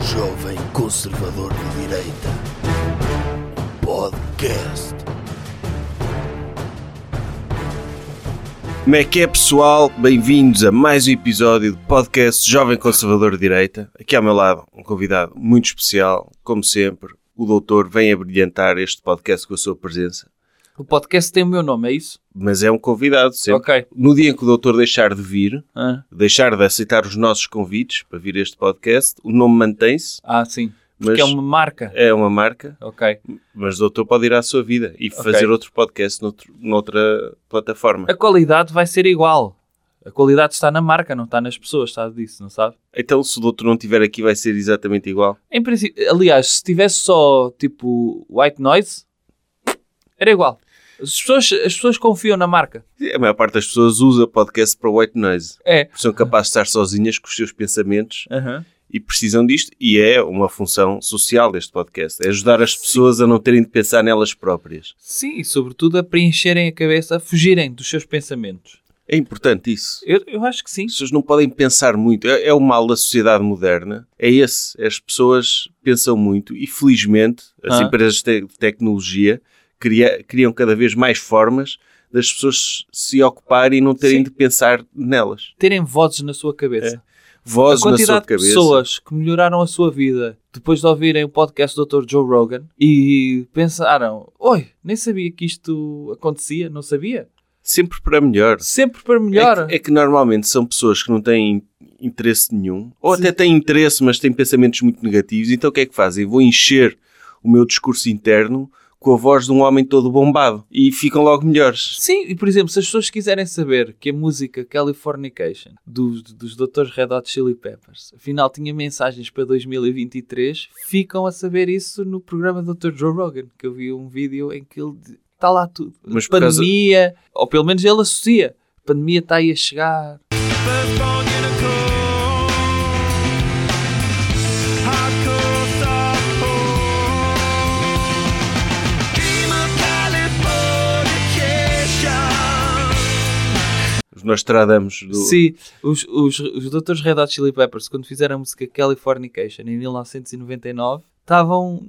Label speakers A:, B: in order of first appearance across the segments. A: jovem conservador de direita. Podcast.
B: Como é que é, pessoal? Bem-vindos a mais um episódio do podcast Jovem Conservador de Direita. Aqui ao meu lado, um convidado muito especial, como sempre. O doutor vem a brilhantar este podcast com a sua presença,
C: O podcast tem o meu nome, é isso?
B: mas é um convidado sempre.
C: Ok.
B: No dia em que o doutor deixar de vir,
C: Ah,
B: deixar de aceitar os nossos convites para vir a este podcast, o nome mantém-se,
C: ah, sim.
B: mas
C: Porque é uma marca.
B: é uma marca,
C: Ok.
B: mas o doutor pode ir à sua vida e
C: Ok.
B: fazer outro podcast noutro- noutra plataforma.
C: A qualidade vai ser igual. A qualidade está na marca, não está nas pessoas, sabe disso, não sabe?
B: Então, se o doutor não estiver aqui, vai ser exatamente igual.
C: Em princípio, aliás, se tivesse só tipo white noise, era igual. As pessoas, as pessoas confiam na marca.
B: A maior parte das pessoas usa podcast para white noise.
C: É.
B: São capazes de estar sozinhas com os seus pensamentos e precisam disto. E é uma função social deste podcast. É ajudar as pessoas a não terem de pensar nelas próprias.
C: Sim, e sobretudo a preencherem a cabeça, a fugirem dos seus pensamentos.
B: É importante isso.
C: Eu, eu acho que sim.
B: As pessoas não podem pensar muito. É, é o mal da sociedade moderna. É esse. As pessoas pensam muito e, felizmente, as
C: Ah.
B: empresas de te- tecnologia cria- criam cada vez mais formas das pessoas se ocuparem e não terem
C: Sim.
B: de pensar nelas.
C: Terem vozes na sua cabeça.
B: Vozes
C: a
B: na sua
C: quantidade de
B: cabeça.
C: pessoas que melhoraram a sua vida depois de ouvirem o podcast do Dr. Joe Rogan e pensaram: Oi, nem sabia que isto acontecia, não sabia?
B: Sempre para melhor.
C: Sempre para melhor.
B: É que, é que normalmente são pessoas que não têm interesse nenhum, ou
C: Sim.
B: até têm interesse, mas têm pensamentos muito negativos. Então o que é que fazem? Vou encher o meu discurso interno com a voz de um homem todo bombado e ficam logo melhores.
C: Sim, e por exemplo, se as pessoas quiserem saber que a música Californication dos, dos Dr. Red Hot Chili Peppers afinal tinha mensagens para 2023, ficam a saber isso no programa do Dr. Joe Rogan, que eu vi um vídeo em que ele está lá tudo.
B: Mas por causa-
C: pandemia, ou pelo menos ele associa, pandemia está aí a chegar.
B: Os Nostradamus do.
C: Sim, os, os, os doutores Red Hot Chili Peppers, quando fizeram a música Californication em 1999, estavam.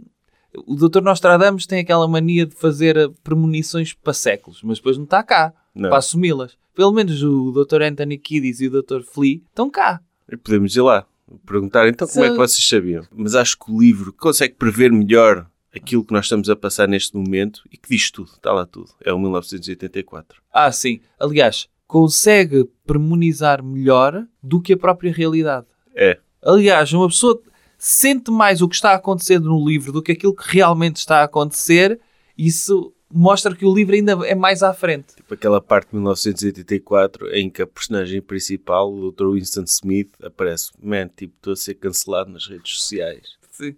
C: O doutor Nostradamus tem aquela mania de fazer eh, premonições para séculos, mas depois não está cá
B: Não.
C: para assumi-las. Pelo menos o doutor Anthony Kiddis e o doutor Flea estão cá.
B: Podemos ir lá perguntar então como é que
C: Sim.
B: vocês sabiam. Mas acho que o livro consegue prever melhor aquilo que nós estamos a passar neste momento e que diz tudo, está lá tudo. É o 1984.
C: Ah, sim. Aliás, consegue premonizar melhor do que a própria realidade.
B: É.
C: Aliás, uma pessoa sente mais o que está acontecendo no livro do que aquilo que realmente está a acontecer. Isso mostra que o livro ainda é mais à frente.
B: Tipo aquela parte de 1984 em que a personagem principal, o Dr. Winston Smith, aparece. Man, tipo, estou a ser cancelado nas redes sociais.
C: Sim.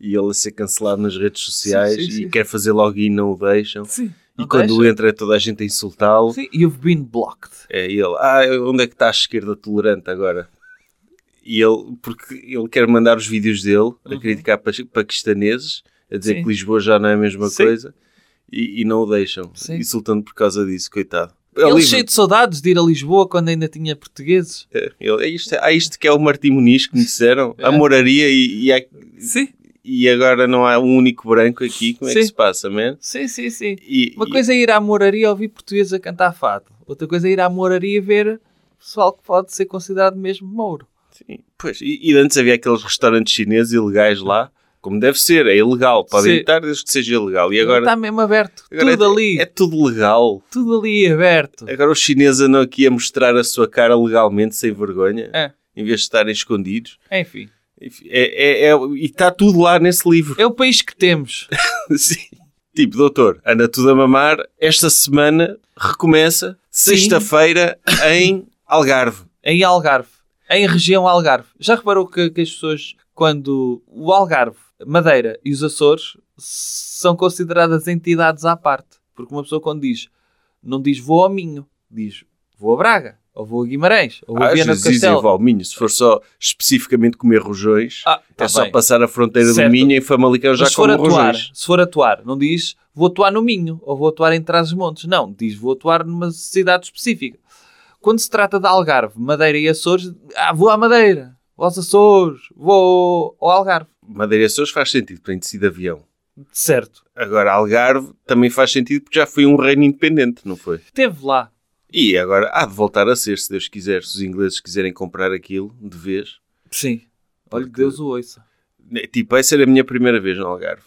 B: E ele a ser cancelado nas redes sociais
C: sim,
B: e
C: sim.
B: quer fazer login, não o deixam.
C: Sim.
B: e quando
C: deixa?
B: entra é toda a gente a insultá-lo.
C: Sim, You've been blocked.
B: É ele. Ah, onde é que está a esquerda tolerante agora? E ele, porque ele quer mandar os vídeos dele a criticar pa- paquistaneses, a dizer
C: Uhum. Sim.
B: que Lisboa já não é a mesma
C: Sim.
B: coisa, e, e não o deixam,
C: Sim.
B: insultando por causa disso, coitado. É
C: Ele
B: livre.
C: cheio de saudades de ir a Lisboa quando ainda tinha portugueses.
B: É, ele, é isto, há isto que é o Martim Muniz que me disseram,
C: É.
B: a moraria e, e, há-
C: Sim,
B: e agora não há um único branco aqui, como é que
C: Sim.
B: se passa, man?
C: sim, sim, sim.
B: E,
C: Uma
B: e-
C: coisa é ir à moraria ouvir portugueses a cantar fado. Outra coisa é ir à moraria ver pessoal que pode ser considerado mesmo mouro.
B: sim, assim, pois, e, e antes havia aqueles restaurantes chineses ilegais lá, como deve ser, é ilegal, podem
C: Sim.
B: estar desde que seja ilegal. E agora,
C: Está mesmo aberto.
B: agora
C: tudo
B: é,
C: ali.
B: é tudo legal.
C: Tudo ali aberto.
B: Agora os chineses andam aqui a mostrar a sua cara legalmente, sem vergonha,
C: É.
B: em vez de estarem escondidos.
C: Enfim.
B: Enfim, é- é- é- e está tudo lá nesse livro.
C: É o país que temos.
B: Sim. Tipo, doutor, anda tudo a mamar. Esta semana recomeça sexta-feira em Algarve.
C: em Algarve, em região Algarve. Já reparou que, que as pessoas, quando o Algarve, Madeira e os Açores são consideradas entidades à parte? Porque uma pessoa quando diz, não diz vou a Minho, diz vou a Braga, ou vou a Guimarães, ou vou a
B: Às
C: Viana do
B: vezes Ah, dizem
C: Castelo.
B: Valminho, se for só especificamente comer rojões,
C: Ah, tá
B: é só
C: bem.
B: passar a fronteira do
C: Certo.
B: Minho e em Famalicão já
C: Mas se for
B: come
C: atuar,
B: rojões.
C: se for atuar, não diz vou atuar no Minho ou vou atuar em Trás-os-Montes. Não, diz vou atuar numa cidade específica. Quando se trata de Algarve, Madeira e Açores, ah, vou à Madeira. aos Açores, vou ao Algarve.
B: Madeira e Açores faz sentido para indecidir de avião.
C: Certo.
B: Agora, Algarve também faz sentido porque já foi um reino independente, não foi?
C: Teve lá.
B: E agora há de voltar a ser, se Deus quiser, se os ingleses quiserem comprar aquilo de vez.
C: Sim. Olha que
B: Porque-
C: Deus o ouça.
B: Tipo, vai ser a minha primeira vez no Algarve.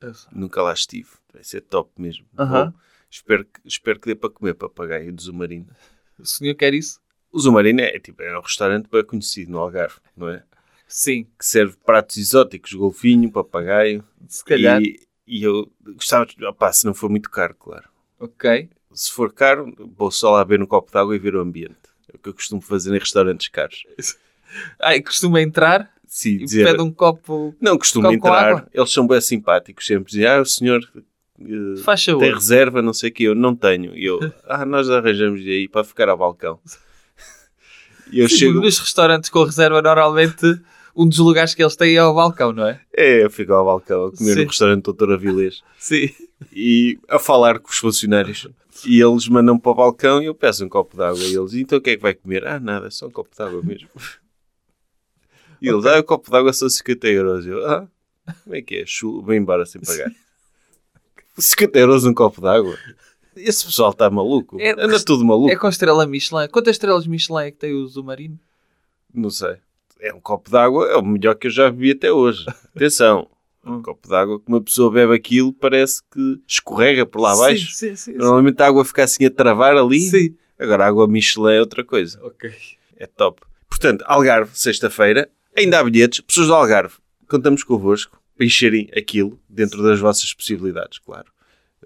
C: Eu sei.
B: Nunca lá estive. Vai ser top mesmo.
C: Aham.
B: Bom, espero, que, espero que dê para comer papagaio de Zumarino.
C: O senhor quer isso?
B: O Zumarino é, tipo, é um restaurante bem conhecido no Algarve, não é?
C: Sim.
B: Que serve pratos exóticos, golfinho, papagaio.
C: Se calhar.
B: E, e eu gostava, de- opá, se não for muito caro, claro.
C: Ok.
B: Se for caro, vou só lá beber um copo de água e ver o ambiente. É o que eu costumo fazer em restaurantes caros.
C: Ai, costuma entrar
B: Sim,
C: e
B: dizer,
C: pede um copo.
B: Não costumo
C: copo com
B: entrar.
C: água.
B: Eles são bem simpáticos sempre. Dizem, ah, o senhor... eh,
C: Faz favor.
B: tem reserva, não sei o que, eu não tenho. E eu, ah, nós arranjamos aí para ficar ao balcão. E eu
C: Sim,
B: chego,
C: Nos restaurantes com reserva, normalmente, um dos lugares que eles têm é o balcão, não é?
B: é, eu fico ao balcão a comer
C: Sim.
B: no restaurante Doutor Avilés
C: Sim.
B: e a falar com os funcionários. E eles mandam para o balcão e eu peço um copo de água. E eles, então o que é que vai comer? Ah, nada, é só um copo de água mesmo. E eles, ah, o copo de água são 50 euros. Eu, ah, como é que é? Chulo, vou embora sem pagar. 50 euros um copo de água? Esse pessoal está maluco.
C: É-
B: Anda tudo maluco.
C: É com estrela Michelin. Quantas estrelas Michelin é que tem o Zumarino?
B: Não sei. É um copo d'água, é o melhor que eu já bebi até hoje. Atenção. É
C: Hum.
B: Um copo d'água que uma pessoa bebe aquilo, parece que escorrega por lá abaixo.
C: Sim, sim, sim.
B: Normalmente a água fica assim a travar ali.
C: Sim.
B: Agora a água Michelin é outra coisa.
C: Ok.
B: É top. Portanto, Algarve, sexta-feira. Ainda há bilhetes. Pessoas do Algarve, contamos convosco para encherem aquilo dentro das vossas possibilidades, claro.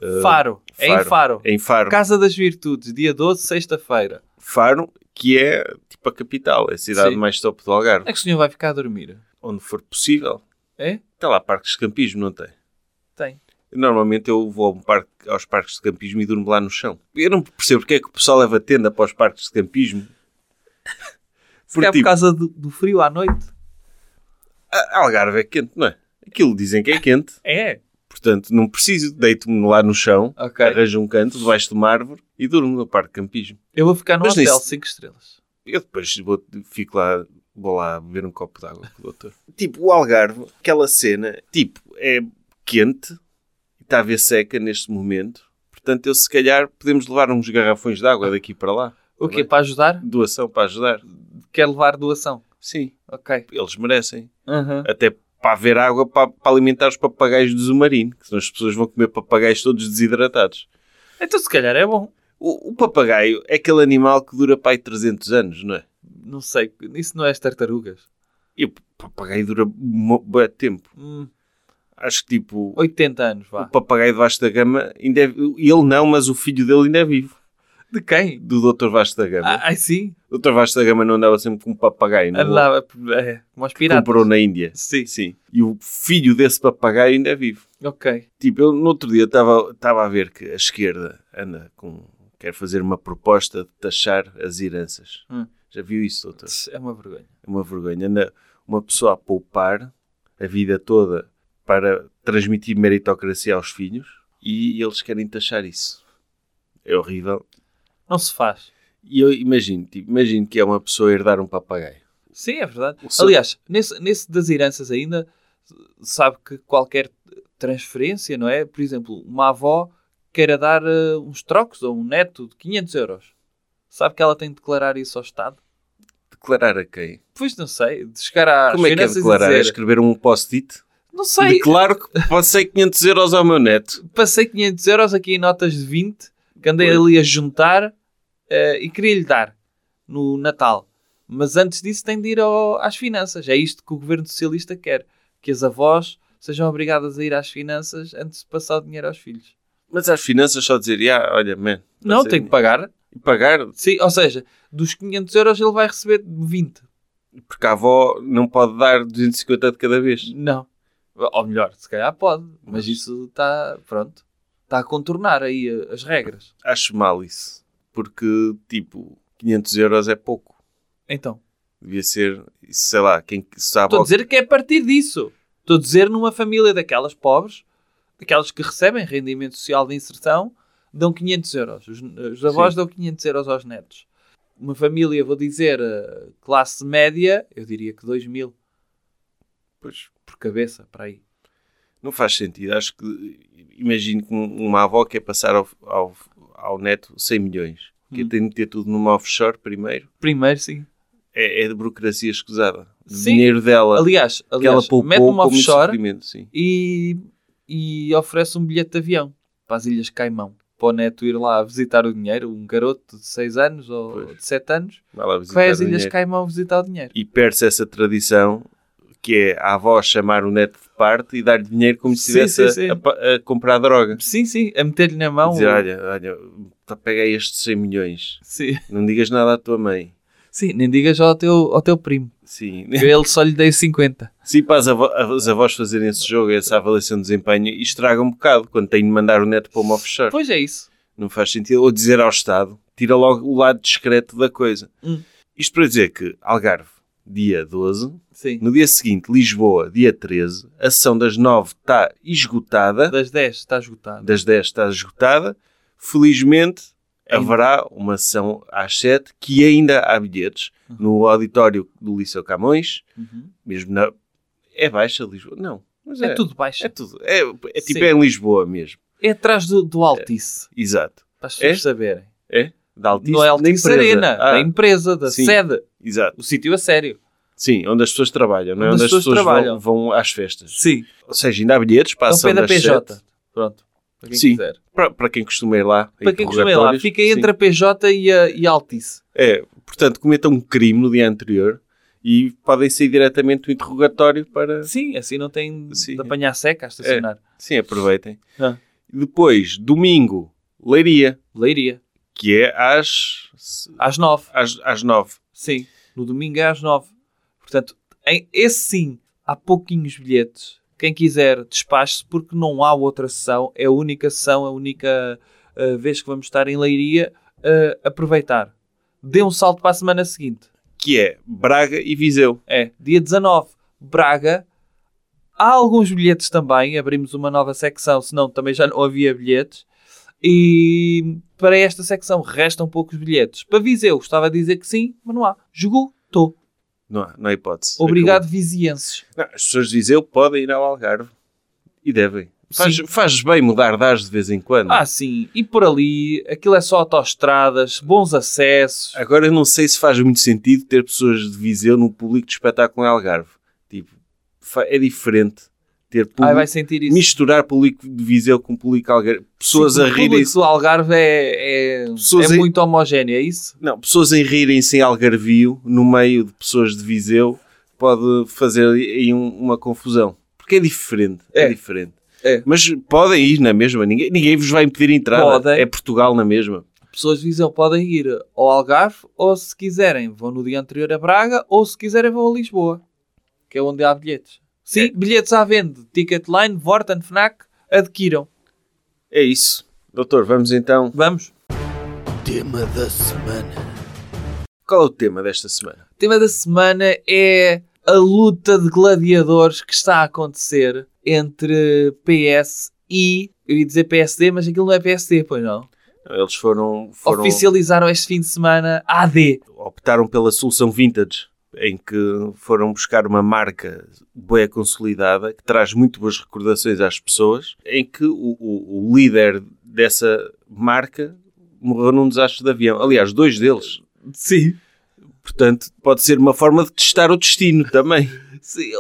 B: Uh,
C: Faro. É em Faro.
B: É em Faro.
C: Casa das Virtudes, dia 12, sexta-feira.
B: Faro, que é tipo a capital, é a cidade
C: Sim.
B: mais top do Algarve.
C: É que o senhor vai ficar a dormir?
B: Onde for possível.
C: É?
B: Está lá parques de campismo, não tem?
C: Tem.
B: Normalmente eu vou a um parque- aos parques de campismo e durmo lá no chão. Eu não percebo porque é que o pessoal leva tenda para os parques de campismo.
C: Porque é
B: Porque,
C: por
B: tipo,
C: causa do, do frio à noite?
B: a- Algarve é quente, não é? Aquilo dizem que é quente.
C: É.
B: Portanto, não preciso. Deito-me lá no chão,
C: Ok.
B: arranjo um canto debaixo de uma árvore e durmo no parque de campismo.
C: Eu vou ficar num
B: Mas
C: hotel
B: nisso-
C: 5 estrelas.
B: Eu depois vou- fico lá, vou lá beber um copo de água com o doutor. Tipo, o Algarve, aquela cena, tipo, é quente e está a ver seca neste momento. Portanto, eu se calhar podemos levar uns garrafões de água daqui para lá.
C: O
B: Tá
C: quê?
B: bem.
C: Para ajudar?
B: Doação para ajudar.
C: Quer levar doação?
B: Sim,
C: Ok.
B: eles merecem.
C: Aham.
B: Até para haver água para, para alimentar os papagaios do Zumarino, que senão as pessoas vão comer papagaios todos desidratados.
C: Então se calhar é bom.
B: O, o papagaio é aquele animal que dura para aí 300 anos, não é?
C: Não sei. Isso não é as tartarugas.
B: E o papagaio dura muito tempo.
C: Hum,
B: Acho que tipo,
C: 80 anos,
B: o
C: vá.
B: papagaio de Vasco da Gama, ainda é, ele não, mas o filho dele ainda é vivo,
C: De quem?
B: do Dr. Vasco da Gama.
C: Ah, ai sim.
B: O Dr. Vasco da Gama não andava sempre com um papagaio, não
C: Andava é, como aos piratas.
B: comprou na Índia.
C: Sim.
B: Sim. E o filho desse papagaio ainda é vivo.
C: Ok.
B: Tipo, eu no outro dia estava estava a ver que a esquerda anda com. quer fazer uma proposta de taxar as heranças.
C: Hum.
B: Já viu isso, doutor?
C: É uma vergonha.
B: É uma vergonha. Anda uma pessoa a poupar a vida toda para transmitir meritocracia aos filhos e eles querem taxar isso. É horrível.
C: Não se faz.
B: E eu imagino, tipo, imagino que é uma pessoa a herdar um papagaio.
C: Sim, é verdade.
B: O seu-
C: Aliás, nesse, nesse das heranças ainda, sabe que qualquer transferência, não é? Por exemplo, uma avó queira dar eh, uns trocos a um neto de 500 euros. Sabe que ela tem de declarar isso ao Estado?
B: Declarar a quem?
C: Pois não sei. De chegar às
B: Como é que é
C: Ah, finanças e
B: declarar? É
C: dizer,
B: escrever um post-it?
C: Não sei.
B: Declaro que passei 500 euros ao meu neto.
C: Passei 500 euros aqui em notas de 20 que andei ali a juntar eh, e queria-lhe dar no Natal. Mas antes disso tem de ir ao- às finanças. É isto que o governo socialista quer. Que as avós sejam obrigadas a ir às finanças antes de passar o dinheiro aos filhos.
B: Mas às finanças só dizer, ah, olha, man.
C: Não,
B: passei
C: tem que pagar.
B: E pagar,
C: Sim, ou seja, dos 500 euros ele vai receber 20.
B: porque a avó não pode dar 250 de cada vez.
C: Não. Ou melhor, se calhar pode.
B: Mas-
C: Mas isso está, pronto, está a contornar aí eh, as regras.
B: Acho mal isso. Porque, tipo, 500 euros é pouco.
C: Então,
B: Devia ser, sei lá, quem sabe.
C: Estou a dizer que é a partir disso. Estou a dizer numa família daquelas pobres, daquelas que recebem rendimento social de inserção, dão 500 euros. Os, os avós
B: Sim.
C: dão 500 euros aos netos. uma família, vou dizer, eh, classe média, eu diria que 2 mil
B: Pois,
C: por cabeça, para aí.
B: não faz sentido. Acho que, imagino que um- uma avó quer passar ao, ao, ao neto 100 milhões. Que
C: Hum.
B: tem de ter tudo numa offshore primeiro.
C: Primeiro, sim.
B: É, é de burocracia escusada. De
C: Sim.
B: Dinheiro dela
C: Aliás,
B: que ela
C: aliás
B: poupou
C: mete uma
B: como
C: offshore
B: sofrimento, sim.
C: e, e oferece um bilhete de avião para as Ilhas Caimão. Para o neto ir lá visitar o dinheiro, um garoto de 6 anos ou
B: Pois.
C: de 7 anos,
B: Vai lá
C: que
B: visitar
C: vai às
B: o
C: Ilhas
B: dinheiro.
C: Caimão visitar o dinheiro.
B: E perde-se essa tradição que é a avó chamar o neto de parte e dar-lhe dinheiro como se
C: Sim,
B: estivesse
C: sim, sim.
B: a, pa- a comprar droga.
C: Sim, sim, a meter-lhe na mão.
B: Dizer, olha, olha, tá, pega estes 100 milhões,
C: Sim,
B: não digas nada à tua mãe.
C: sim, nem digas ao teu, ao teu primo.
B: Sim,
C: Eu ele só lhe dei 50.
B: sim para as, avó- as avós fazerem esse jogo, essa avaliação de desempenho, e estraga um bocado quando têm de mandar o neto para uma offshore.
C: Pois é isso.
B: Não faz sentido. Ou dizer ao Estado, tira logo o lado discreto da coisa.
C: Hum.
B: Isto para dizer que Algarve, dia 12,
C: Sim.
B: No dia seguinte, Lisboa, dia 13, a sessão das 9 está esgotada,
C: Das 10 está esgotado.
B: das 10 está esgotada. Felizmente,
C: Ainda.
B: haverá uma sessão às 7 que ainda há bilhetes no auditório do Liceu Camões,
C: Uhum.
B: mesmo na. É baixa Lisboa? Não. Mas
C: É tudo baixo.
B: É tudo. É, é tipo
C: Sim.
B: é em Lisboa mesmo.
C: É atrás do, do Altice,
B: Exato.
C: para as pessoas
B: É?
C: saberem.
B: É? Da Altice,
C: Não é Altice
B: da empresa.
C: Arena,
B: Ah,
C: da empresa, da
B: sim.
C: sede.
B: Exato.
C: O sítio a sério.
B: Sim, onde as pessoas trabalham, não é?
C: Onde as pessoas
B: vão-
C: trabalham. Então
B: Vão, às festas.
C: Sim.
B: Ou seja, ainda há bilhetes para a
C: Ao pé
B: sessão
C: É um da
B: das
C: PJ.
B: 7.
C: Pronto. Para quem
B: Sim.
C: quiser.
B: Para, para quem costuma ir lá. em
C: Para quem costuma ir lá,
B: purgatórios,
C: fica
B: sim.
C: entre a PJ e a, e a Altice.
B: É, portanto, cometam um crime no dia anterior e podem sair diretamente do interrogatório para.
C: Sim, assim não tem
B: É. Sim. É.
C: de apanhar seca a estacionar.
B: Sim, aproveitem.
C: Ah.
B: E Depois, domingo, Leiria,
C: Leiria.
B: que é às,
C: Às 9.
B: às, às nove.
C: Sim, no domingo é às 9. Portanto, em, esse sim, há pouquinhos bilhetes. Quem quiser, despache-se porque não há outra sessão. É a única sessão, a única uh, vez que vamos estar em Leiria. uh, aproveitar. Dê um salto para a semana seguinte.
B: que é Braga e Viseu.
C: É, dia 19, Braga. Há alguns bilhetes também. Abrimos uma nova secção, senão também já não havia bilhetes. E para esta secção restam poucos bilhetes. Para Viseu, gostava de dizer que sim, mas não há. Jogou, estou.
B: Não há, não há hipótese.
C: Obrigado, vizienses.
B: Acabou. Não, as pessoas de Viseu podem ir ao Algarve e devem. Faz,
C: Sim.
B: faz bem mudar de as de vez em quando.
C: Ah, sim. E por ali, aquilo é só autoestradas, bons acessos.
B: Agora eu não sei se faz muito sentido ter pessoas de Viseu no público de espetáculo em Algarve. Tipo, fa- é diferente ter
C: Ai,
B: público-
C: Ah, vai sentir isso.
B: misturar público de Viseu com público Algarve. Pessoas
C: Sim,
B: a
C: o público
B: rirem-se.
C: do Algarve é, é,
B: Pessoas
C: é
B: em-
C: muito homogéneo, é isso?
B: Não, pessoas em rirem-se em Algarvio no meio de pessoas de Viseu pode fazer aí um- uma confusão. Porque é diferente, é,
C: É.
B: diferente.
C: É.
B: Mas podem ir na mesma, ninguém, ninguém vos vai impedir a entrada.
C: Podem.
B: É Portugal na mesma.
C: Pessoas de Viseu podem ir ao Algarve ou, se quiserem, vão no dia anterior a Braga ou, se quiserem, vão a Lisboa, que é onde há bilhetes. Sim,
B: É.
C: bilhetes à venda. Ticketline, Vorten, Fnac, adquiram.
B: É isso. Doutor, vamos então.
C: Vamos.
A: Tema da semana.
B: Qual é o tema desta semana?
C: O tema da semana é a luta de gladiadores que está a acontecer entre PS e. Eu ia dizer PSD, mas aquilo não é PSD, pois não.
B: Eles foram. foram
C: Oficializaram este fim de semana a AD.
B: optaram pela solução vintage, em que foram buscar uma marca boa consolidada, que traz muito boas recordações às pessoas, em que o, o- o líder dessa marca morreu num desastre de avião. Aliás, dois deles.
C: Sim.
B: Portanto, pode ser uma forma de testar o destino também.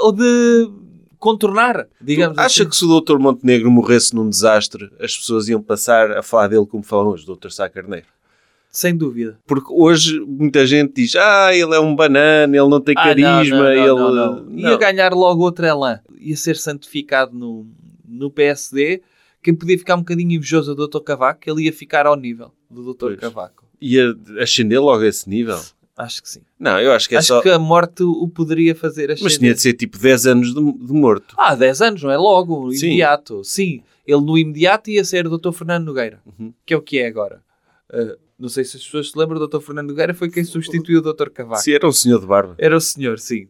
C: Ou de contornar, digamos
B: Tu acha
C: assim.
B: que se o Dr. Montenegro morresse num desastre, as pessoas iam passar a falar dele como falam hoje, Dr. Sá Carneiro?
C: Sem dúvida.
B: Porque hoje muita gente diz, ah, ele é um banana, ele não tem
C: Ah,
B: é carisma, ele...
C: Ia ganhar logo outro Elan. Ia ser santificado no, no PSD. Quem podia ficar um bocadinho invejoso do Dr. Cavaco, ele ia ficar ao nível do Dr.
B: Pois.
C: Cavaco.
B: ia ascender logo a esse nível?
C: Acho que sim.
B: Não, eu acho que é
C: Acho
B: só.
C: que a morte o poderia fazer ascender.
B: Mas tinha de ser tipo 10 anos de, de morto.
C: Ah, 10 anos, não é? Logo,
B: Sim.
C: imediato. Sim, ele no imediato ia ser o Dr. Fernando Nogueira,
B: Uhum.
C: que é o que é agora. Ah, não sei se as pessoas se lembram, o Dr. Fernando Nogueira foi quem substituiu o Dr. Cavaco.
B: Se era um senhor de barba.
C: Era o senhor, sim.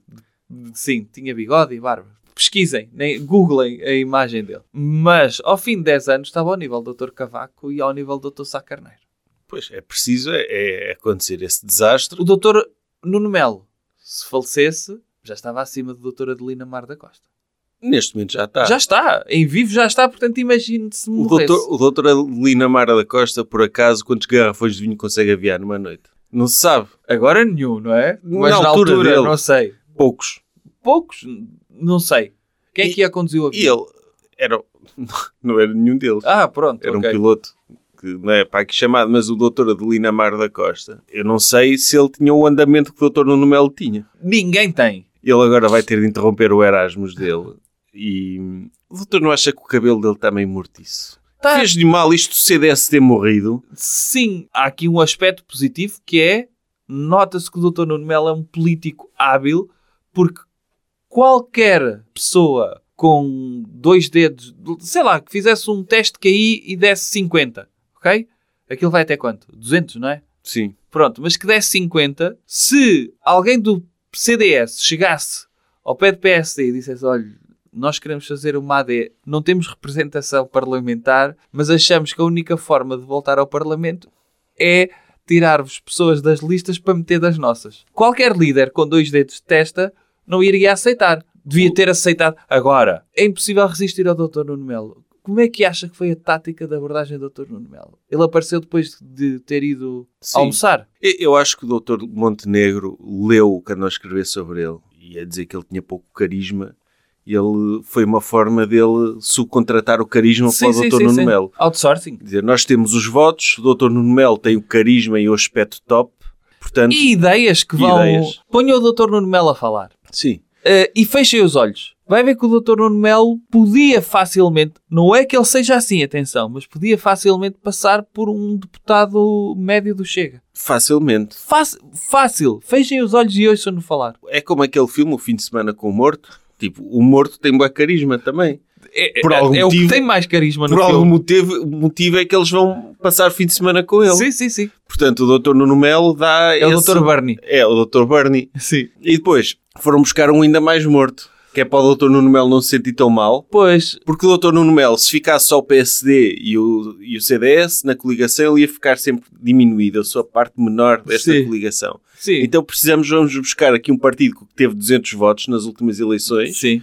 C: Sim, tinha bigode e barba. Pesquisem, nem, googlem a imagem dele. Mas, ao fim de 10 anos, estava ao nível do Dr. Cavaco e ao nível do Dr. Sá Carneiro.
B: Pois, é preciso é, é acontecer esse desastre.
C: O doutor Nuno Melo, se falecesse, já estava acima do doutor Adelina Mar da Costa.
B: Neste momento já está.
C: Já está, em vivo já está, portanto imagine se
B: Ah. o,
C: morresse.
B: doutor, o doutor Adelina Mara da Costa, por acaso, quantos garrafões de vinho consegue aviar numa noite? Não se sabe.
C: Agora nenhum, não é? Mas
B: Na
C: na,
B: altura
C: altura,
B: dele.
C: não sei.
B: Poucos.
C: Poucos, n- não sei. Quem
B: E-
C: é que ia conduzir
B: E
C: o avião?
B: ele era... não era nenhum deles.
C: Ah, pronto,
B: Era
C: ok.
B: um piloto que não é para aqui chamado, mas o doutor Adelina Mar da Costa. Eu não sei se ele tinha o andamento que o doutor Nuno Melo tinha.
C: Ninguém tem.
B: Ele agora vai ter de interromper o Erasmus dele. E o doutor não acha que o cabelo dele está meio mortiço?
C: Tá.
B: Fez-lhe mal isto do CDS ter morrido?
C: Sim, há aqui um aspecto positivo que é nota-se que o Dr. Nuno Melo é um político hábil porque qualquer pessoa com dois dedos, sei lá, que fizesse um teste KI e desse 50, ok? Aquilo vai até quanto? 200, não é?
B: Sim.
C: Pronto, mas que desse 50, se alguém do CDS chegasse ao pé do PSD e dissesse, olha, nós queremos fazer uma AD, não temos representação parlamentar, mas achamos que a única forma de voltar ao Parlamento é tirar-vos pessoas das listas para meter das nossas. Qualquer líder com dois dedos de testa não iria aceitar. Devia ter aceitado. Agora, é impossível resistir ao Dr. Nuno Melo. Como é que acha que foi a tática da abordagem do Dr. Nuno Melo? Ele apareceu depois de ter ido
B: Sim.
C: almoçar.
B: E- Eu acho que o doutor Montenegro leu o que andou a escrever sobre ele e a dizer que ele tinha pouco carisma. Ele foi uma forma dele subcontratar o carisma para o doutor Nuno Melo.
C: Outsourcing.
B: dizer, nós temos os votos, o Dr. Nuno Melo tem o carisma e o aspecto top, portanto,
C: E ideias que vão.
B: ideias.
C: Ponha o Dr. Nuno Melo a falar.
B: sim,
C: Eh, e fechem os olhos. Vai ver que o Dr. Nuno Melo podia facilmente, não é que ele seja assim, atenção, mas podia facilmente passar por um deputado médio do Chega.
B: facilmente.
C: Fácil, fácil. Fechem os olhos e ouçam-no falar.
B: É como aquele filme, O Fim de Semana com o Morto. Tipo, o morto tem bué carisma também.
C: É,
B: Por
C: é-
B: algum
C: é o
B: motivo-
C: que tem mais carisma
B: Por
C: no
B: algum
C: filme.
B: motivo, motivo é que eles vão passar fim de semana com ele.
C: Sim, sim, sim.
B: Portanto, o Dr. Nuno Melo dá
C: É o
B: esse-
C: Dr. Barney.
B: É, o Dr. Bernie.
C: Sim.
B: E depois, foram buscar um ainda mais morto, que é para o Dr. Nuno Melo não se sentir tão mal.
C: Pois,
B: Porque o Dr. Nuno Melo, se ficasse só o PSD e o, e o CDS na coligação, ele ia ficar sempre diminuído, a sua parte menor desta
C: Sim.
B: coligação.
C: sim.
B: Então precisamos, vamos buscar aqui um partido que teve 200 votos nas últimas eleições,
C: sim.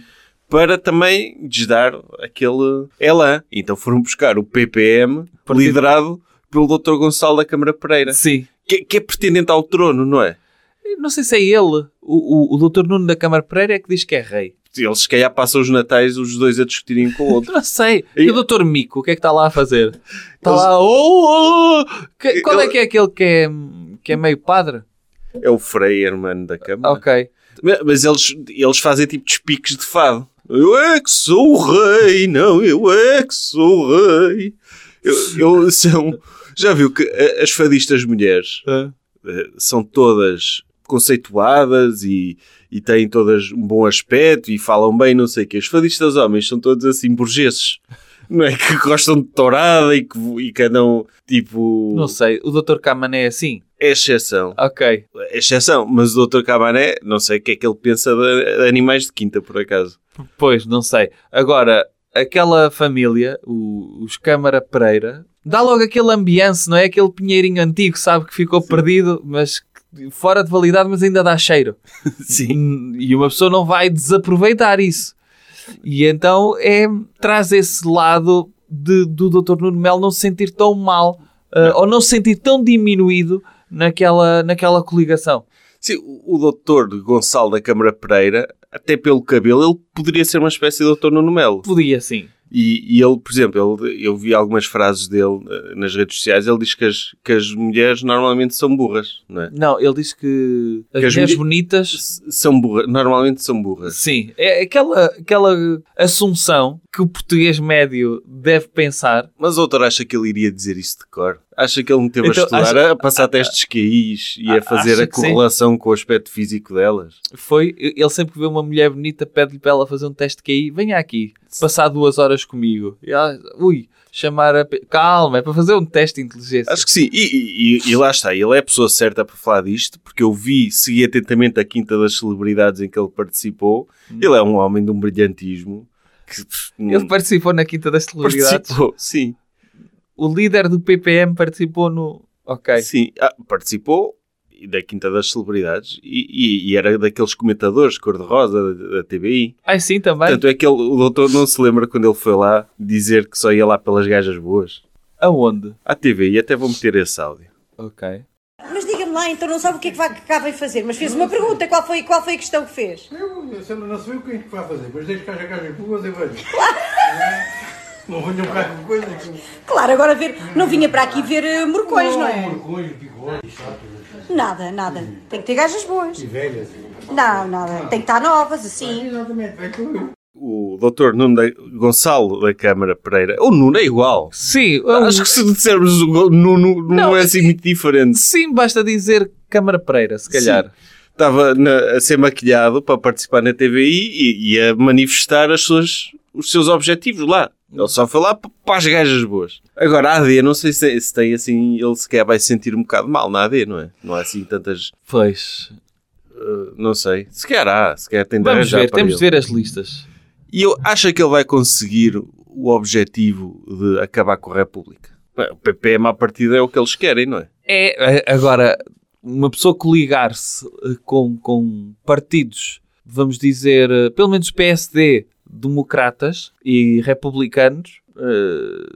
B: para também desdar aquele elan. Então foram buscar o PPM,
C: Partido-
B: liderado pelo Dr. Gonçalo da Câmara Pereira,
C: Sim.
B: que, que é pretendente ao trono, não é?
C: Não sei se é ele, o, o, o Dr. Nuno da Câmara Pereira, é que diz que é rei.
B: Eles, se calhar, passam os natais os dois a discutirem um com o outro.
C: Não sei.
B: E-
C: E, o Dr. Mico, o que é que está lá a fazer? Está
B: Eles-
C: lá. Oh, oh! Que- qual é
B: Ele-
C: que é aquele que é, que é meio padre?
B: É o Frei, hermano da Câmara.
C: Ok.
B: Ma- Mas eles, eles fazem tipo despiques de fado. Eu é que sou o rei, não, eu é que sou o rei. Eu, eu são, já viu que a- as fadistas mulheres eh, são todas conceituadas e, e têm todas um bom aspecto e falam bem, não sei o quê. Os fadistas homens são todos assim burgueses. Não é que gostam de tourada e que, e que andam tipo.
C: Não sei. O Dr. Camané é assim?
B: É exceção.
C: Ok.
B: É exceção. Mas o Dr. Cabané, não sei o que é que ele pensa de de animais de quinta, por acaso.
C: Pois, não sei. Agora, aquela família, o- os Câmara Pereira, dá logo aquele ambiance, não é? Aquele pinheirinho antigo, sabe, que ficou perdido, mas que- fora de validade, mas ainda dá cheiro.
B: Sim.
C: Hum, E uma pessoa não vai desaproveitar isso. E então é, traz esse lado de, do Dr. Nuno Melo não se sentir tão mal eh, ou não se sentir tão diminuído naquela, naquela coligação.
B: o o doutor Gonçalo da Câmara Pereira, até pelo cabelo, ele poderia ser uma espécie de doutor Nuno Melo.
C: Podia sim.
B: E, e ele, por exemplo, ele- eu vi algumas frases dele eh, nas redes sociais, ele diz que as, que as mulheres normalmente são burras, não é?
C: Não, ele diz que as
B: Que as mulhe-
C: mulheres bonitas.
B: S- São burras, normalmente são burras.
C: Sim, é aquela, aquela assunção que o português médio deve pensar.
B: Mas o doutor acha que ele iria dizer isso de cor? Acha que ele me teve
C: Então,
B: a estudar, a passar testes QIs e a
C: a-
B: fazer
C: ah, acha
B: a
C: que sim?
B: correlação com o aspecto físico delas?
C: Foi, ele sempre que vê uma mulher bonita, pede-lhe para ela fazer um teste de QI. Venha aqui, passar duas horas comigo. E ela, ui, chamar a. pe- Calma, é para fazer um teste de inteligência.
B: Acho que sim, e, e- e- e lá está, ele é a pessoa certa para falar disto, porque eu vi, segui atentamente a quinta das celebridades em que ele participou. Ele é um homem de um brilhantismo que pff,
C: Hum.
B: hum,
C: Ele participou na Quinta das Celebridades.
B: participou, sim.
C: O líder do PPM participou no. Ok.
B: Sim, ah, participou da Quinta das Celebridades e, e- e era daqueles comentadores de cor-de-rosa da, da TBI.
C: Ah, sim, também.
B: Tanto é que ele- o doutor não se lembra quando ele foi lá dizer que só ia lá pelas gajas boas.
C: Aonde?
B: À TBI, até vou meter esse áudio.
C: Ok.
D: Mas diga-me lá, então não sabe o que é que, vai, que cá vem fazer, mas fez uma pergunta, qual foi, qual foi a questão que fez?
E: Eu, se eu não sei o que é que vai fazer, mas desde que haja gajas boas eu vejo. Não venham cá com coisa que...
D: Claro, agora ver, não vinha para aqui ver eh, morcões, não é?
E: Morcões, bigodes, chatos,
D: Nada, nada. Tem que ter gajas boas.
E: e velhas. e-
D: Não, nada. Tem que estar novas, assim.
E: Exatamente, vai com eu.
B: O doutor Nuno da- Gonçalo da Câmara Pereira. O Nuno é igual.
C: Sim,
B: Acho que se dissermos o Go- Nuno, não,
C: Não,
B: é assim
C: é-
B: muito diferente.
C: sim, basta dizer Câmara Pereira, se calhar.
B: Estava na- a ser maquilhado para participar na TVI e, e a manifestar as suas, os seus objetivos lá. Ele só foi lá p- para as gajas boas. Agora, a AD, não sei se, se tem assim, ele sequer vai se sentir um bocado mal na AD, não é? Não há assim tantas.
C: Pois.
B: uh, não sei. Sequer há, sequer tem de
C: Vamos
B: arranjar
C: ver,
B: para
C: temos de
B: ele.
C: ver as listas.
B: E eu acho que ele vai conseguir o objetivo de acabar com a República. Bem, O PP, a partida, é o que eles querem, não é?
C: É, a- agora, uma pessoa coligar-se eh, com, com partidos, vamos dizer, eh, pelo menos PSD, democratas e republicanos, eh,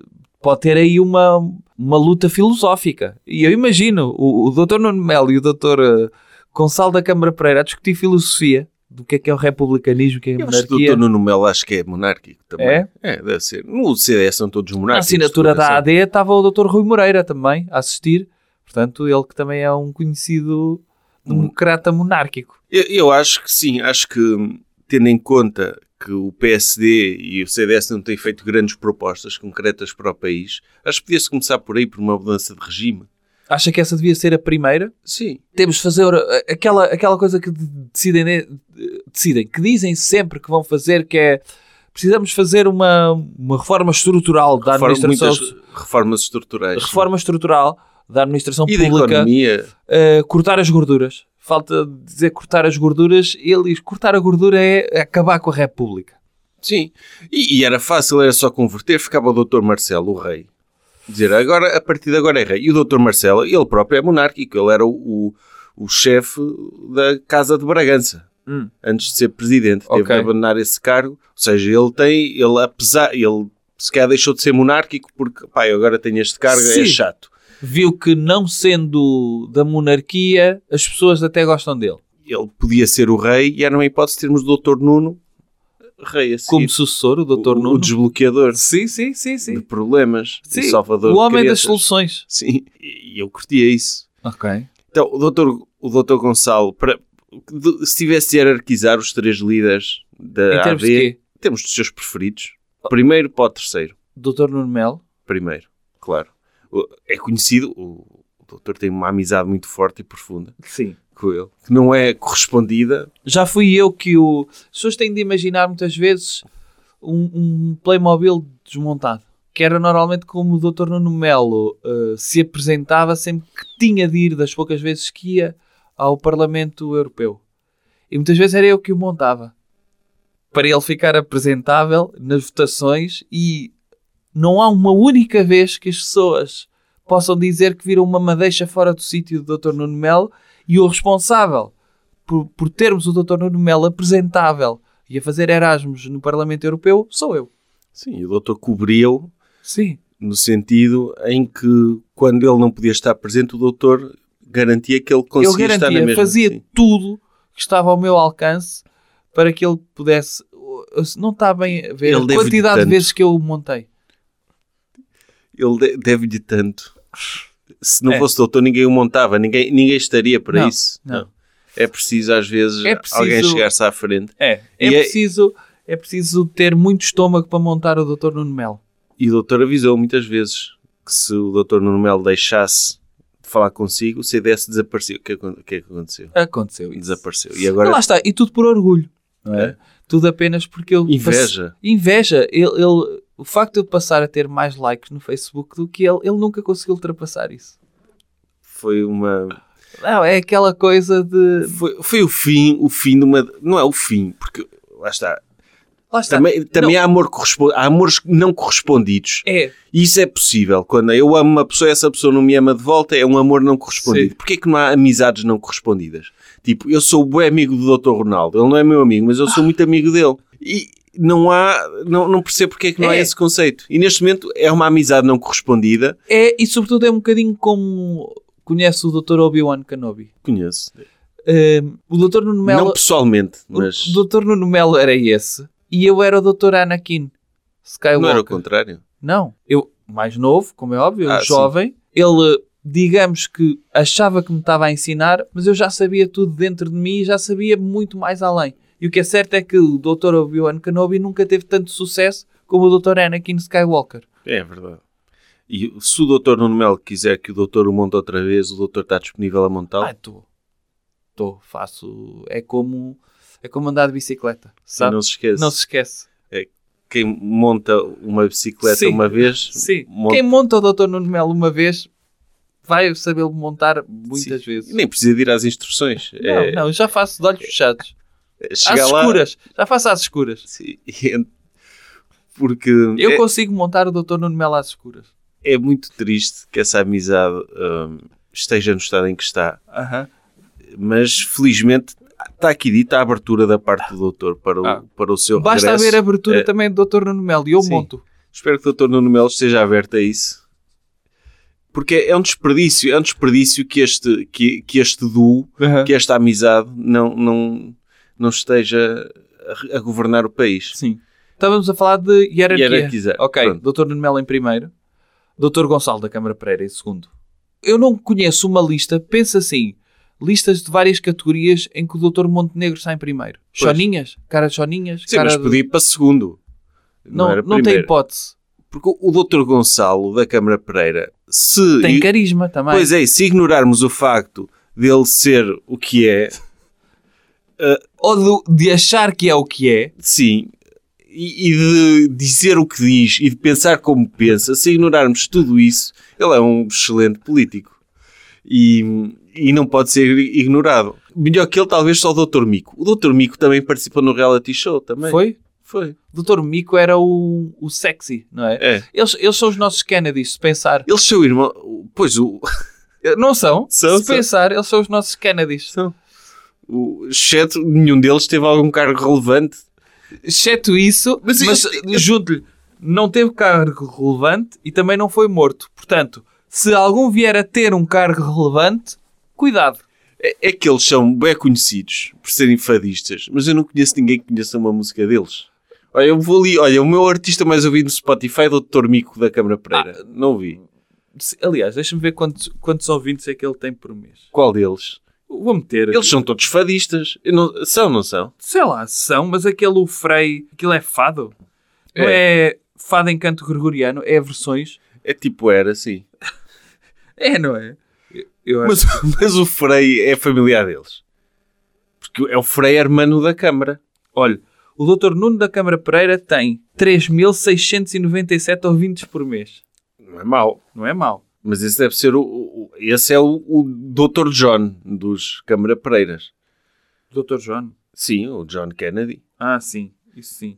C: pode ter aí uma, uma luta filosófica. E eu imagino o, o Dr. Nuno Melo e o Dr. eh, Gonçalo da Câmara Pereira a discutir filosofia do que é que é o republicanismo, o que é a
B: Eu acho que o
C: monarquia.
B: doutor Nuno Melo acho que é monárquico também.
C: É?
B: deve ser. No CDS são todos
C: Na
B: monárquicos. assim.
C: assinatura
B: de
C: da
B: coração.
C: AD estava o Dr. Rui Moreira também a assistir. Portanto, ele que também é um conhecido democrata monárquico.
B: Eu, eu acho que sim. Acho que, tendo em conta que o PSD e o CDS não têm feito grandes propostas concretas para o país, acho que podia-se começar por aí, por uma mudança de regime.
C: Acha que essa devia ser a primeira?
B: Sim.
C: Temos de fazer uh, aquela, aquela coisa que de- decidem, né, de- decidem, que dizem sempre que vão fazer, que é precisamos fazer uma, uma reforma estrutural da
B: Reforma-
C: administração.
B: muitas reformas estruturais.
C: Reforma estrutural da administração
B: e da
C: pública.
B: economia.
C: Uh, cortar as gorduras. Falta dizer cortar as gorduras. Ele diz cortar a gordura é acabar com a República.
B: Sim. E, e era fácil, era só converter, ficava o Dr. Marcelo, o rei. Dizer, agora, a partir de agora é rei. E o Dr. Marcelo, ele próprio é monárquico, ele era o, o, o chefe da Casa de Bragança.
C: Hum.
B: Antes de ser presidente, teve
C: Ok.
B: de abandonar esse cargo. Ou seja, ele tem, ele apesar, ele sequer deixou de ser monárquico porque, pá, eu agora tenho este cargo,
C: Sim.
B: é chato.
C: viu que não sendo da monarquia, as pessoas até gostam dele.
B: Ele podia ser o rei e era uma hipótese termos o Dr. Nuno rei assim.
C: Como sucessor, o Dr.
B: O
C: Nuno.
B: desbloqueador
C: Sim, sim, sim,
B: de
C: sim.
B: problemas. de
C: Sim,
B: Salvador
C: o
B: de
C: homem
B: crianças.
C: das soluções.
B: Sim, e eu curtia isso.
C: Ok.
B: Então, o doutor, o doutor Gonçalo, para, de- se tivesse de hierarquizar os três líderes da
C: em termos
B: AD,
C: de quê?
B: temos dos seus preferidos. Primeiro para o terceiro.
C: Dr. Nuno Melo.
B: Primeiro, claro. O- É conhecido, o, o doutor tem uma amizade muito forte e profunda
C: Sim.
B: com ele, que não é correspondida.
C: Já fui eu que o... As pessoas têm de imaginar muitas vezes um, um Playmobil desmontado. Que era normalmente como o Dr. Nuno Melo eh, se apresentava sempre que tinha de ir, das poucas vezes que ia ao Parlamento Europeu. E muitas vezes era eu que o montava. Para ele ficar apresentável nas votações e não há uma única vez que as pessoas possam dizer que viram uma madeixa fora do sítio do Dr. Nuno Melo e o responsável por, por termos o Dr. Nuno Melo apresentável e a fazer Erasmus no Parlamento Europeu sou eu.
B: Sim, e o doutor cobriu
C: Sim.
B: no sentido em que, quando ele não podia estar presente, o doutor garantia que ele
C: Eu
B: conseguia estar na
C: garantia,
B: mesma.
C: fazia
B: sim.
C: tudo que estava ao meu alcance para que ele pudesse. Não está bem a ver
B: Ele
C: a
B: deve-lhe
C: quantidade de
B: tanto.
C: vezes que eu o montei.
B: Ele de- deve-lhe tanto. Se não
C: É.
B: fosse doutor, ninguém o montava, ninguém, ninguém estaria para
C: Não,
B: isso.
C: não.
B: É preciso, às vezes,
C: É preciso-
B: alguém chegar-se à frente.
C: É,
B: E é-
C: preciso, é preciso ter muito estômago para montar o Dr. Nuno Melo.
B: E o doutor avisou muitas vezes que se o doutor Nuno Melo deixasse de falar consigo, o CDS desapareceu. O que, é que- o que é que aconteceu?
C: Aconteceu isso.
B: Desapareceu. E agora
C: Lá está, e tudo por orgulho. não é?
B: É.
C: Tudo apenas porque eu...
B: inveja.
C: Inveja. Ele, ele- o facto de eu passar a ter mais likes no Facebook do que ele, ele nunca conseguiu ultrapassar isso.
B: Foi uma.
C: Não, é aquela coisa de...
B: Foi, foi o fim, o fim de uma. Não é o fim, porque lá está.
C: Lá está.
B: Também, também
C: Não,
B: há, amor correspo- há amores não correspondidos.
C: é.
B: E isso é possível. Quando eu amo uma pessoa e essa pessoa não me ama de volta, é um amor não correspondido.
C: Sim.
B: Porquê que não há amizades não correspondidas? Tipo, eu sou o bom amigo do Dr. Ronaldo. Ele não é meu amigo, mas eu sou muito amigo dele. E não há... Não, não percebo porque é que não há
C: É.
B: esse conceito. E neste momento é uma amizade não correspondida.
C: É, e sobretudo é um bocadinho como conhece o Dr. Obi-Wan Kenobi.
B: Conheço.
C: Ahm, é o Dr. Nuno
B: Não
C: Melo,
B: pessoalmente,
C: o
B: mas...
C: Dr. Nuno Melo era esse e eu era o Dr. Anakin Skywalker.
B: Não era o contrário?
C: Não, eu, mais novo, como é óbvio,
B: Ah,
C: jovem, ele, digamos que achava que me estava a ensinar, mas eu já sabia tudo dentro de mim e já sabia muito mais além. E o que é certo é que o Dr. Obi-Wan Kenobi nunca teve tanto sucesso como o Dr. Anakin Skywalker.
B: É verdade. E se o doutor Nuno Melo quiser que o doutor o monte outra vez, o doutor está disponível a montá-lo?
C: Ah, estou. Estou, faço. É como. É como andar de bicicleta, sabe?
B: não se esqueça.
C: Não se esquece.
B: Quem monta uma bicicleta
C: Sim.
B: uma vez,
C: Sim.
B: monta-
C: Quem monta o Dr. Nuno Melo uma vez vai saber montar muitas
B: Sim.
C: vezes.
B: nem precisa de ir às instruções.
C: Não,
B: É,
C: não, eu já faço de olhos fechados.
B: é
C: às
B: chegar lá-
C: escuras. Já faço às escuras.
B: Sim, e- é, Porque
C: Eu
B: é,
C: consigo montar o Dr. Nuno Melo às escuras.
B: é muito triste que essa amizade hum, esteja no estado em que está. Mas felizmente está aqui dita a abertura da parte do doutor para o,
C: Ah.
B: para o seu
C: Basta
B: regresso.
C: haver abertura
B: É.
C: também do Dr. Nuno Melo e eu
B: Sim.
C: monto.
B: Espero que o Dr. Nuno Melo esteja aberto a isso. Porque é um desperdício, é um desperdício que este, que, que este duo, que esta amizade não, não, não esteja a, a governar o país.
C: Sim. Estávamos a falar de hierarquia.
B: Hierarquizar.
C: Ok,
B: Pronto.
C: Dr. Nuno Melo em primeiro, Dr. Gonçalo da Câmara Pereira em segundo. Eu não conheço uma lista, pensa assim, listas de várias categorias em que o Dr. Montenegro está em primeiro.
B: Pois.
C: Choninhas, cara de choninhas,
B: Sim,
C: cara
B: mas
C: de-
B: podia ir para segundo.
C: Não,
B: era
C: não tem
B: primeiro.
C: hipótese.
B: Porque o Dr. Gonçalo da Câmara Pereira, se.
C: Tem
B: e-
C: carisma também.
B: Pois é, e se ignorarmos o facto dele ser o que é,
C: Ou de, de achar que é o que é.
B: Sim. E, e de dizer o que diz e de pensar como pensa, se ignorarmos tudo isso, ele é um excelente político. E, e não pode ser ignorado. Melhor que ele, talvez só o Dr. Mico. O Dr. Mico também participou no reality show, também.
C: Foi?
B: Foi.
C: Dr. Mico era o, o sexy, não é?
B: É.
C: Eles, eles são os nossos Kennedys, se pensar.
B: Eles são irmãos. Pois o,
C: Não são?
B: São,
C: se
B: são.
C: pensar, eles são os nossos Kennedys.
B: o. Exceto nenhum deles teve algum cargo relevante.
C: Exceto isso, mas,
B: Mas
C: junto-lhe, não teve cargo relevante e também não foi morto. Portanto, se algum vier a ter um cargo relevante, cuidado.
B: É, é que eles são bem conhecidos por serem fadistas, mas eu não conheço ninguém que conheça uma música deles. Olha, eu vou ali, olha, o meu artista mais ouvido no Spotify é o Dr. Mico da Câmara Pereira. não ouvi.
C: Se- Aliás, deixa-me ver quantos, quantos ouvintes é que ele tem por mês.
B: Qual deles?
C: Vou meter.
B: Eles são todos fadistas. Eu não- são, não são?
C: sei lá, são, mas aquele o Frei, aquilo é fado. Não é fado em canto gregoriano, é versões.
B: É tipo era, sim.
C: É, não é? Eu- Eu
B: Mas,
C: acho
B: mas o Frei é familiar deles. Porque é o Frei hermano da Câmara.
C: Olha, o Dr. Nuno da Câmara Pereira tem 3.697 ouvintes por mês.
B: Não é mau.
C: Não é mau.
B: Mas esse deve ser o... o- o- esse é o, o Dr. John dos Câmara Pereiras.
C: Dr. João?
B: Sim, o John Kennedy.
C: Ah, sim. Isso sim.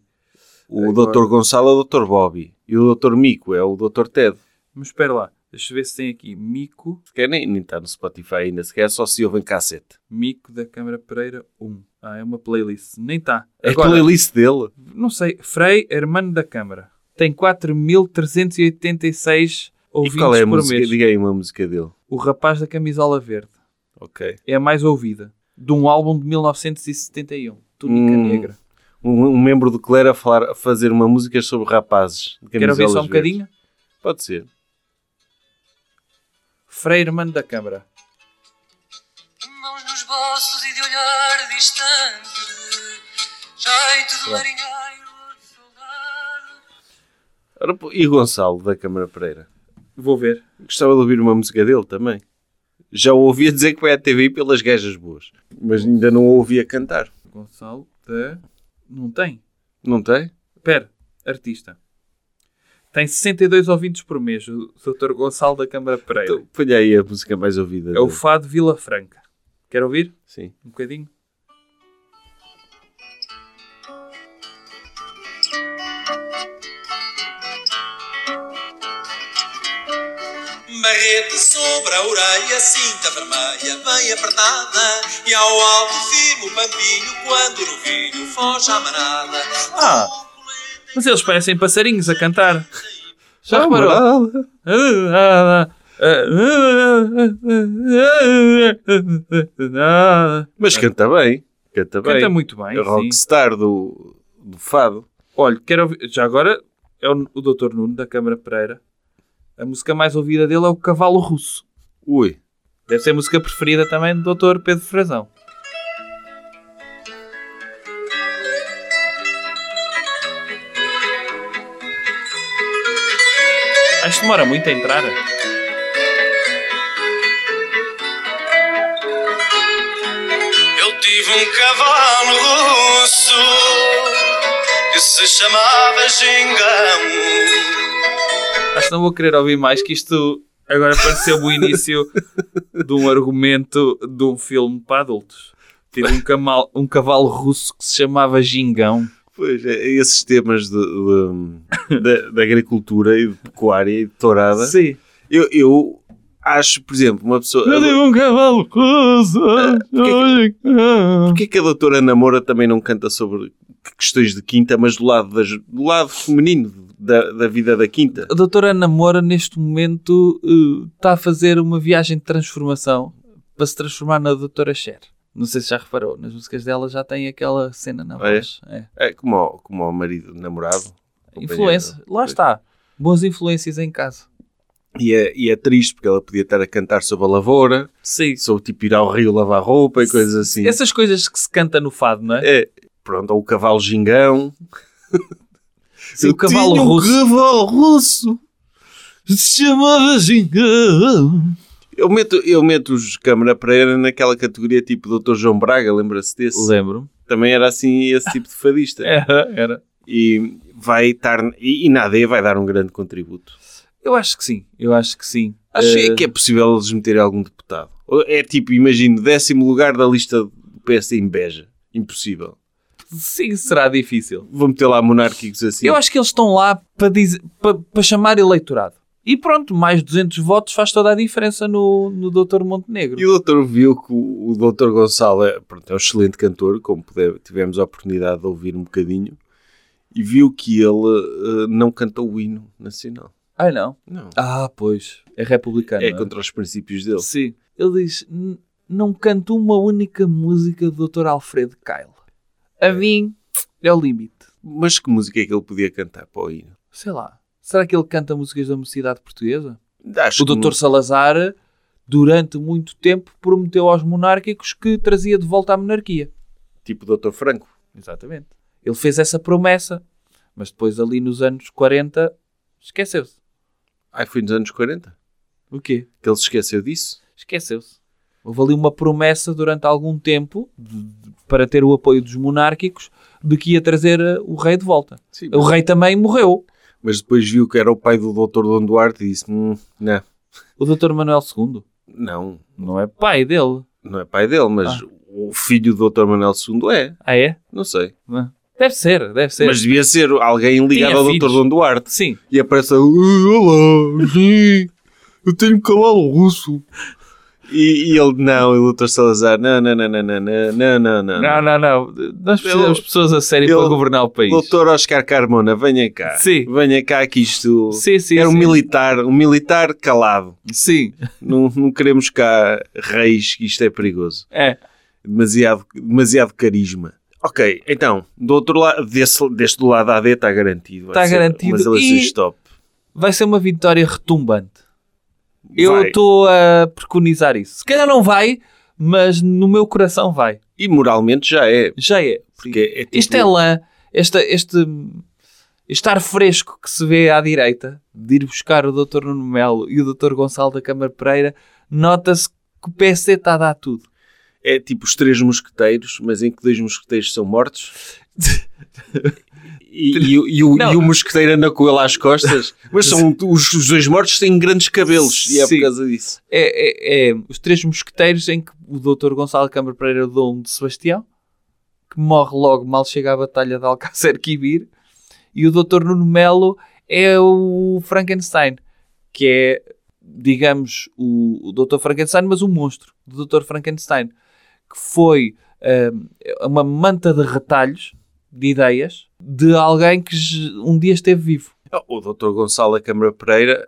B: O
C: Agora-
B: Dr. Gonçalo é o Dr. Bobby. E o Dr. Mico é o Dr. Ted.
C: Mas espera lá. Deixa eu ver se tem aqui Mico,
B: Sequer nem, nem está no Spotify ainda, sequer só se ouve em cassete.
C: Mico da Câmara Pereira 1. Ah, é uma playlist. Nem está.
B: É a
C: Agora,
B: playlist dele.
C: não sei. Frei, hermano da Câmara. Tem 4.386 ouvintes
B: e qual é a
C: por
B: música?
C: mês.
B: Diga aí uma música dele.
C: O rapaz da camisola verde.
B: Ok.
C: É a mais ouvida. De um álbum de 1971. Túnica
B: Hum.
C: Negra.
B: Um, um membro do clero a, falar, a fazer uma música sobre rapazes. de
C: Quero ouvir só
B: camisolas
C: um
B: verdes.
C: bocadinho?
B: Pode ser.
C: Freire Mano da Câmara.
F: Mãos nos bolsos e de olhar distante, jeito de marinheiro ou de soldado.
B: Ora, pô, e Gonçalo, da Câmara Pereira?
C: Vou ver.
B: Gostava de ouvir uma música dele também. Já o ouvia dizer que foi à TV pelas gajas boas. Mas ainda não o ouvia cantar.
C: Gonçalo da. Não tem.
B: Não tem?
C: Pera, artista. Tem 62 ouvintes por mês. O Dr. Gonçalo da Câmara Pereira.
B: Então, põe aí a música mais ouvida
C: É o
B: dele.
C: Fado Vila Franca. Quer ouvir?
B: Sim.
C: Um bocadinho?
G: barrete sobre a orelha, cinta vermelha bem apertada. E ao alto fimo o pampinho quando o novilho foge à manada.
C: Ah, mas eles parecem passarinhos a cantar. Já
B: Ah,
C: reparou?
B: moral. Mas canta bem. Canta bem.
C: Canta muito bem,
B: É o
C: sim.
B: rockstar do, do fado.
C: Olha, quero ouvir... Já agora é o, o Dr. Nuno, da Câmara Pereira. A música mais ouvida dele é o Cavalo Russo.
B: Ui.
C: Deve ser a música preferida também do Dr. Pedro Frazão. Acho que demora muito a entrar.
G: Eu tive um cavalo russo que se chamava Gingamo.
C: Acho que não vou querer ouvir mais que isto agora pareceu o início de um argumento de um filme para adultos. Tive um, camal- um cavalo russo que se chamava Gingão.
B: Pois, é, esses temas de- de- da, da agricultura e de pecuária e de tourada.
C: Sim.
B: Eu, eu acho, por exemplo, uma pessoa.
C: Eu tive um cavalo russo.
B: porquê Porquê é que a doutora Ana Moura também não canta sobre questões de quinta, mas do lado, das- do lado feminino da, da vida da quinta?
C: A doutora Ana Moura, neste momento, eh, está a fazer uma viagem de transformação para se transformar na doutora Cher. Não sei se já reparou, nas músicas dela já tem aquela cena na
B: Ah, é?
C: voz. É.
B: É como ao, como ao marido namorado.
C: Influência. Lá
B: Pois.
C: está. Boas influências em casa.
B: E é, e é triste porque ela podia estar a cantar sobre a lavoura,
C: Sim.
B: sobre tipo ir ao rio lavar roupa e coisas assim.
C: Essas coisas que se canta no fado, não é?
B: É, pronto, ou o cavalo gingão.
C: Sim,
B: Eu
C: o cavalo
B: tinha
C: russo.
B: Um cavalo russo.
C: Se chamava Gingão.
B: Eu meto, eu meto os Câmara Pereira naquela categoria tipo Dr. João Braga, lembra-se desse?
C: Lembro-me.
B: Também era assim esse tipo de fadista.
C: Era, era.
B: E vai estar. E, e na AD vai dar um grande contributo.
C: Eu acho que sim. Eu acho que sim.
B: Acho
C: Eh,
B: que é possível eles meterem algum deputado. Ou É tipo, imagino, décimo lugar da lista do PS em Beja. Impossível.
C: Sim, será difícil.
B: Vou meter lá monárquicos assim.
C: Eu acho que eles estão lá para, dizer- para- para chamar eleitorado. E pronto, mais 200 votos faz toda a diferença no, no Dr. Montenegro.
B: E o doutor viu que o, o doutor Gonçalo é, pronto, é um excelente cantor, como pude- tivemos a oportunidade de ouvir um bocadinho, e viu que ele eh, não cantou o hino nacional.
C: Ai não.
B: Não.
C: Ah, pois. É republicano.
B: é
C: não é?
B: contra os princípios dele.
C: Sim. Ele diz: "N- não canto uma única música do Dr. Alfredo Kyle. A mim é o limite.
B: Mas que música é que ele podia cantar para o hino?
C: Sei lá. Será que ele canta músicas da mocidade portuguesa?
B: Acho
C: o
B: que
C: Dr. Salazar, durante muito tempo, prometeu aos monárquicos que trazia de volta a monarquia.
B: não- tipo doutor Franco.
C: Exatamente. Ele fez essa promessa, mas depois ali nos anos 40 esqueceu-se.
B: Ai, foi nos anos 40
C: O quê?
B: que ele se esqueceu disso.
C: Esqueceu-se. Houve ali uma promessa durante algum tempo, de- de- para ter o apoio dos monárquicos, de que ia trazer eh, o rei de volta.
B: Sim,
C: O
B: mas,
C: rei também morreu.
B: mas depois viu que era o pai do doutor Dom Duarte e disse, "Hum, não,
C: O Dr. Manuel II
B: não,
C: não é pai dele.
B: não é pai dele, mas o filho do doutor Manuel II é,
C: Ah, é?
B: não sei.
C: Não. Deve ser, deve ser.
B: Mas devia ser alguém ligado
C: Tinha
B: ao
C: filhos.
B: Dr. Dom Duarte.
C: Sim.
B: E aparece ali, "Ui, olá, sim, eu tenho um cavalo russo. E, e ele, não, e o Dr. Salazar, não, não, não, não, não, não, não, não, não.
C: Não, não, não. Nós precisamos
B: Ele-
C: de pessoas a sério
B: ele-
C: para governar o país.
B: Doutor Oscar Carmona, venha cá.
C: Sim.
B: Venha cá que isto...
C: Sim, sim,
B: Era um
C: sim.
B: militar, um militar calado.
C: Sim.
B: Não, não queremos cá reis, que isto é perigoso.
C: É.
B: Demasiado, demasiado carisma. Ok, então, do outro lado, desse, deste lado AD está garantido. vai
C: Está
B: ser
C: garantido
B: Umas eleições
C: e-
B: top.
C: Vai ser uma vitória retumbante. Eu
B: Vai.
C: estou a preconizar isso. Se calhar não vai, mas no meu coração vai.
B: E moralmente já é.
C: Já é.
B: Porque é tipo,
C: Este é lã, esta, este, este ar fresco que se vê à direita, de ir buscar o Dr. Nuno Melo e o Dr. Gonçalo da Câmara Pereira, nota-se que o PC está a dar tudo.
B: é tipo os três mosqueteiros, mas em que dois mosqueteiros são mortos. E, e o- e o,
C: Não.
B: e o mosqueteiro anda com ele às costas, mas são os, os dois mortos têm grandes cabelos, e é
C: Sim.
B: por causa disso.
C: É, é- é os três mosqueteiros em que o Dr. Gonçalo da Câmara Pereira dou um de Sebastião, que morre logo mal chega à batalha de Alcácer Quibir, e o Dr. Nuno Melo é o Frankenstein, que é digamos, o, o Dr. Frankenstein, mas o monstro do Dr. Frankenstein, que foi hum, uma manta de retalhos de ideias de alguém que j- um dia esteve vivo.
B: Ah, O Dr. Gonçalo da Câmara Pereira.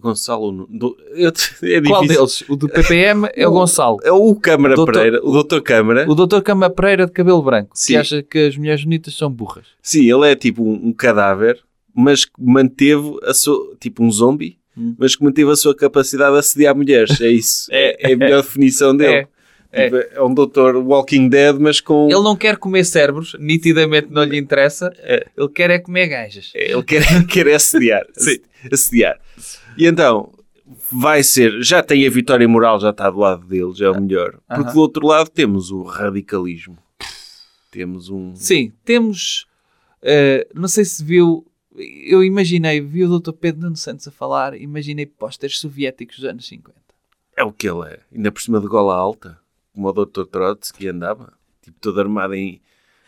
B: Gonçalo. Nu- do- eu te- é
C: Qual
B: difícil.
C: deles? O do PPM é o
B: O-
C: Gonçalo.
B: É o Câmara
C: Doutor-
B: Pereira, o Dr. Câmara.
C: O Dr. Cama Pereira de cabelo branco,
B: Sim.
C: que acha que as mulheres bonitas são burras.
B: Sim, ele é tipo um, um cadáver, mas que manteve a sua. tipo um zombie,
C: Hum.
B: mas que manteve a sua capacidade de assediar mulheres. É isso. é, é a melhor definição dele.
C: É.
B: Tipo, é um doutor Walking Dead, mas com.
C: Ele não quer comer cérebros, nitidamente não lhe interessa. Ele quer é comer gajas.
B: Ele quer, quer assediar.
C: Sim.
B: assediar. E então, vai ser. Já tem a vitória moral, já está do lado dele, já é o melhor. Porque
C: Ah, Aham.
B: do outro lado temos o radicalismo. Temos um.
C: Sim, temos. eh, não sei se viu. Eu imaginei, vi o Dr. Pedro Nuno Santos a falar, imaginei posters soviéticos dos anos 50.
B: É o que ele é. Ainda por cima de gola alta, como o Dr. Trotsky andava. Tipo, todo armado em.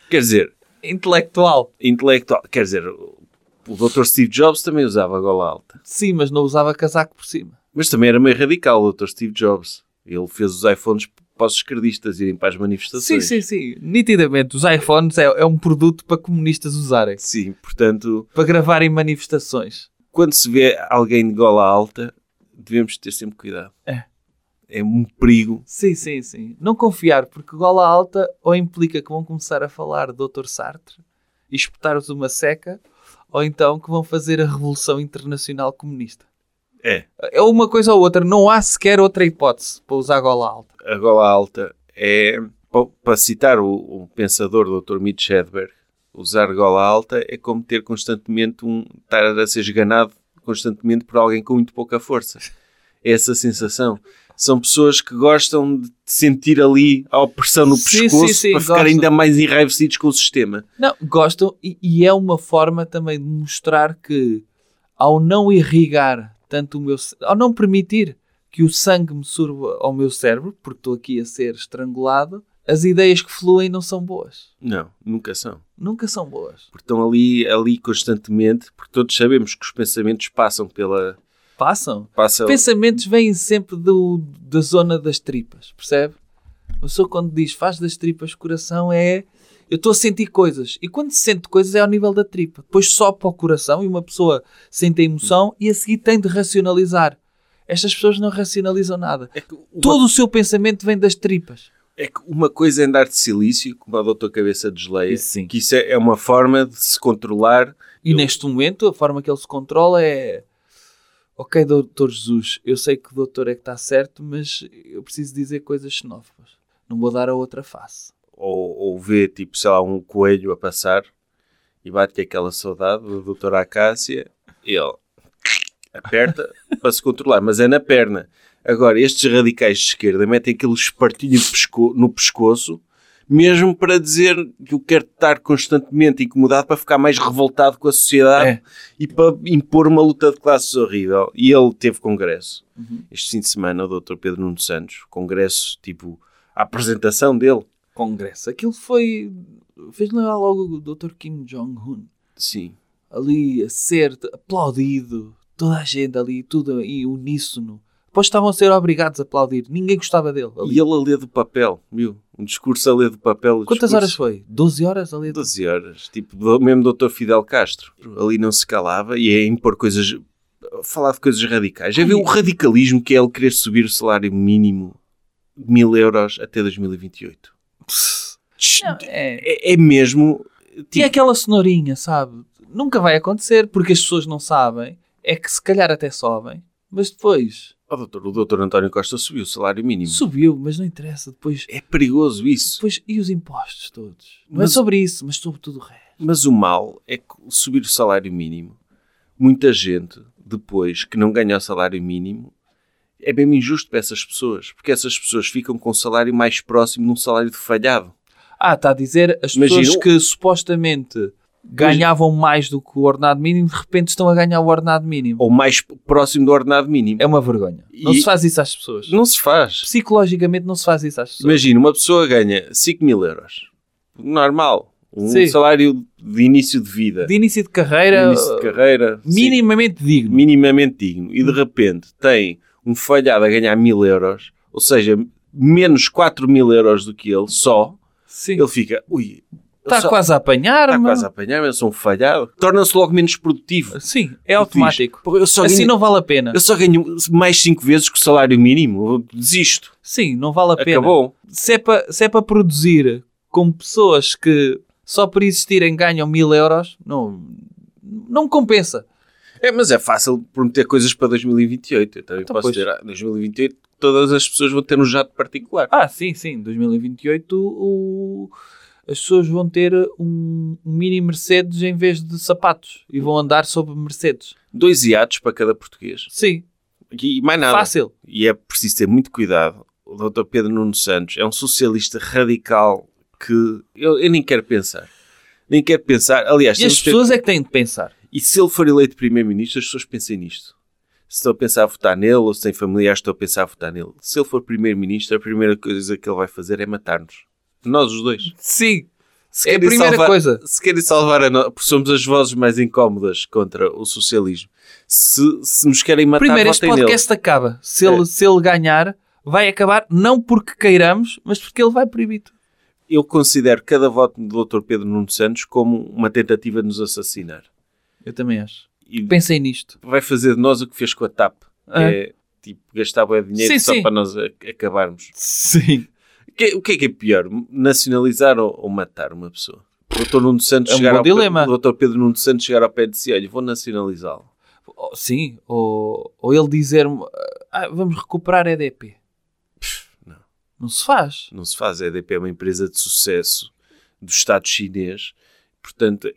B: Quer dizer,
C: Intelectual.
B: intelectual. Quer dizer, o Dr. Steve Jobs também usava gola alta.
C: Sim, mas não usava casaco por cima.
B: Mas também era meio radical o Dr. Steve Jobs. Ele fez os iPhones para os esquerdistas irem para as
C: Sim,
B: manifestações.
C: sim, sim. Nitidamente, os iPhones é, é um produto para comunistas usarem.
B: Sim, portanto,
C: Para gravarem manifestações.
B: quando se vê alguém de gola alta, devemos ter sempre cuidado.
C: É.
B: É um perigo.
C: Sim, sim, sim. Não confiar, porque gola alta ou implica que vão começar a falar do Dr. Sartre e espetar-vos uma seca, ou então que vão fazer a Revolução Internacional Comunista.
B: É.
C: É uma coisa ou outra, não há sequer outra hipótese para usar gola alta.
B: A gola alta é, pa- para citar o, o pensador Dr. Mitch Hedberg, usar gola alta é como ter constantemente um. estar a ser esganado constantemente por alguém com muito pouca força. É essa sensação. São pessoas que gostam de sentir ali a opressão no
C: Sim,
B: pescoço
C: sim, sim,
B: para ficar
C: gostam.
B: ainda mais enraivecidos com o sistema.
C: Não, gostam e, e é uma forma também de mostrar que ao não irrigar tanto o meu, cé- ao não permitir que o sangue me surba ao meu cérebro, porque estou aqui a ser estrangulado, as ideias que fluem não são boas.
B: Não, nunca são.
C: Nunca são boas.
B: porque estão ali, ali constantemente, porque todos sabemos que os pensamentos passam pela.
C: Passam.
B: Passam,
C: Pensamentos vêm sempre do, da zona das tripas, percebe? A pessoa quando diz faz das tripas coração é. Eu estou a sentir coisas. E quando se sente coisas é ao nível da tripa. Depois sobe para o coração e uma pessoa sente a emoção e a seguir tem de racionalizar. Estas pessoas não racionalizam nada.
B: é, que uma,
C: Todo o seu pensamento vem das tripas.
B: é que uma coisa é andar de silício, como a doutor Cabeça desleia,
C: Isso sim.
B: que isso é, é uma forma de se controlar.
C: E
B: Eu-
C: neste momento a forma que ele se controla é. Ok, doutor Jesus, eu sei que o doutor é que está certo, mas eu preciso dizer coisas xenófobas. Não vou dar a outra face.
B: Ou, ou vê, tipo, sei lá, um coelho a passar e bate aquela saudade do doutor Acácia, ele aperta para se controlar, mas é na perna. Agora, estes radicais de esquerda metem aquele espartilho de pesco- no pescoço, mesmo para dizer que eu quero estar constantemente incomodado para ficar mais revoltado com a sociedade
C: É.
B: e para impor uma luta de classes horrível. E ele teve congresso. Este fim de semana, o Dr. Pedro Nuno Santos, congresso, tipo, a apresentação dele.
C: congresso. Aquilo foi. fez lembrar logo o Dr. Kim Jong-un.
B: Sim.
C: Ali a ser aplaudido, toda a gente ali, tudo em uníssono. Depois estavam a ser obrigados a aplaudir, ninguém gostava dele. ali.
B: E ele a ler do papel, viu? Um discurso a ler do papel. o
C: Quantas
B: discurso-
C: horas foi? 12 horas ali?
B: 12 horas. Tipo, do- mesmo doutor Fidel Castro. Ali não se calava e é impor coisas... Falar de coisas radicais. Já viu o radicalismo que é ele querer subir o salário mínimo de mil euros até 2028?
C: Não, é.
B: É, é mesmo...
C: E
B: Tipo,
C: aquela cenourinha, sabe? Nunca vai acontecer porque as pessoas não sabem. É que se calhar até sobem, mas depois
B: "Oh, doutor, o doutor António Costa subiu o salário mínimo.
C: subiu, mas não interessa. Depois,
B: é perigoso isso.
C: depois e os impostos todos? Não
B: Mas-
C: é sobre isso, mas sobre tudo o resto.
B: Mas o mal é que subir o salário mínimo, muita gente depois que não ganha o salário mínimo é mesmo injusto para essas pessoas, porque essas pessoas ficam com um salário mais próximo de um salário de falhado.
C: Ah, está a dizer as
B: Imagina,
C: pessoas
B: um-
C: que supostamente ganhavam mais do que o ordenado mínimo, de repente estão a ganhar o ordenado mínimo.
B: Ou mais p- próximo do ordenado mínimo.
C: É uma vergonha. Não
B: E-
C: se faz isso às pessoas.
B: Não se faz.
C: Psicologicamente não se faz isso às pessoas.
B: Imagina, uma pessoa ganha 5 mil euros. Normal. Um
C: Sim.
B: salário de início de vida.
C: De início de
B: De
C: carreira,
B: início de carreira. sim,
C: minimamente digno. Hum.
B: minimamente digno. E de repente tem um falhado a ganhar mil euros, ou seja, menos 4 mil euros do que ele só.
C: Sim.
B: Ele fica, ui, ele
C: Está
B: só-
C: quase a apanhar,
B: está
C: mano.
B: quase a apanhar, mas eu sou um falhado. Torna-se logo menos produtivo.
C: Sim, é automático.
B: Diz, "Pô, eu só
C: Assim
B: ganho-
C: não vale a pena.
B: Eu só ganho mais 5 vezes que o salário mínimo. Eu desisto.
C: Sim, não vale a pena.
B: Acabou.
C: Se é para se é para produzir com pessoas que só por existirem ganham mil euros, não, não me compensa.
B: É, mas é fácil prometer coisas para 2028. Eu também
C: Então,
B: posso
C: pois.
B: dizer, ah, 2028 todas as pessoas vão ter um jato particular.
C: Ah, sim, sim. 2028 o- as pessoas vão ter um mini Mercedes em vez de sapatos e vão andar sobre Mercedes.
B: Dois iates para cada português.
C: Sim,
B: E mais nada.
C: fácil.
B: E é preciso ter muito cuidado. O Dr. Pedro Nuno Santos é um socialista radical que eu, eu nem quero pensar. Nem quero pensar. Aliás,
C: E as
B: temos de ter-
C: pessoas é que têm de pensar.
B: E se ele for eleito primeiro-ministro, as pessoas pensem nisto. Se estão a pensar a votar nele ou se têm familiares que estão a pensar a votar nele. Se ele for primeiro-ministro, a primeira coisa que ele vai fazer é matar-nos. Nós os dois.
C: Sim,
B: Se
C: é a
B: querem
C: primeira
B: salvar-
C: coisa.
B: Se querem salvar a nós, porque somos as vozes mais incómodas contra o socialismo. Se, se nos querem matar,
C: Primeiro, este
B: votem nele.
C: podcast acaba. Se ele,
B: É.
C: se ele ganhar, vai acabar não porque queiramos, mas porque ele vai proibir.
B: Eu considero cada voto do Dr. Pedro Nuno Santos como uma tentativa de nos assassinar.
C: Eu também acho.
B: E
C: Pensei nisto.
B: vai fazer de nós o que fez com a TAP. que
C: É.
B: é, tipo, gastar bué dinheiro
C: Sim,
B: só
C: sim.
B: para nós a- acabarmos.
C: Sim.
B: Que- o que é que é pior? Nacionalizar ou, ou matar uma pessoa? O Dr. Nuno Santos
C: É um
B: chegar
C: bom
B: ao
C: dilema.
B: Pé, o Dr. Pedro Nuno Santos chegar ao pé de si, olha, vou nacionalizá-lo.
C: Ou- Sim, ou, ou ele dizer-me "Ah, vamos recuperar a EDP.
B: não.
C: Não se faz.
B: Não se faz. A EDP é uma empresa de sucesso do Estado chinês. Portanto,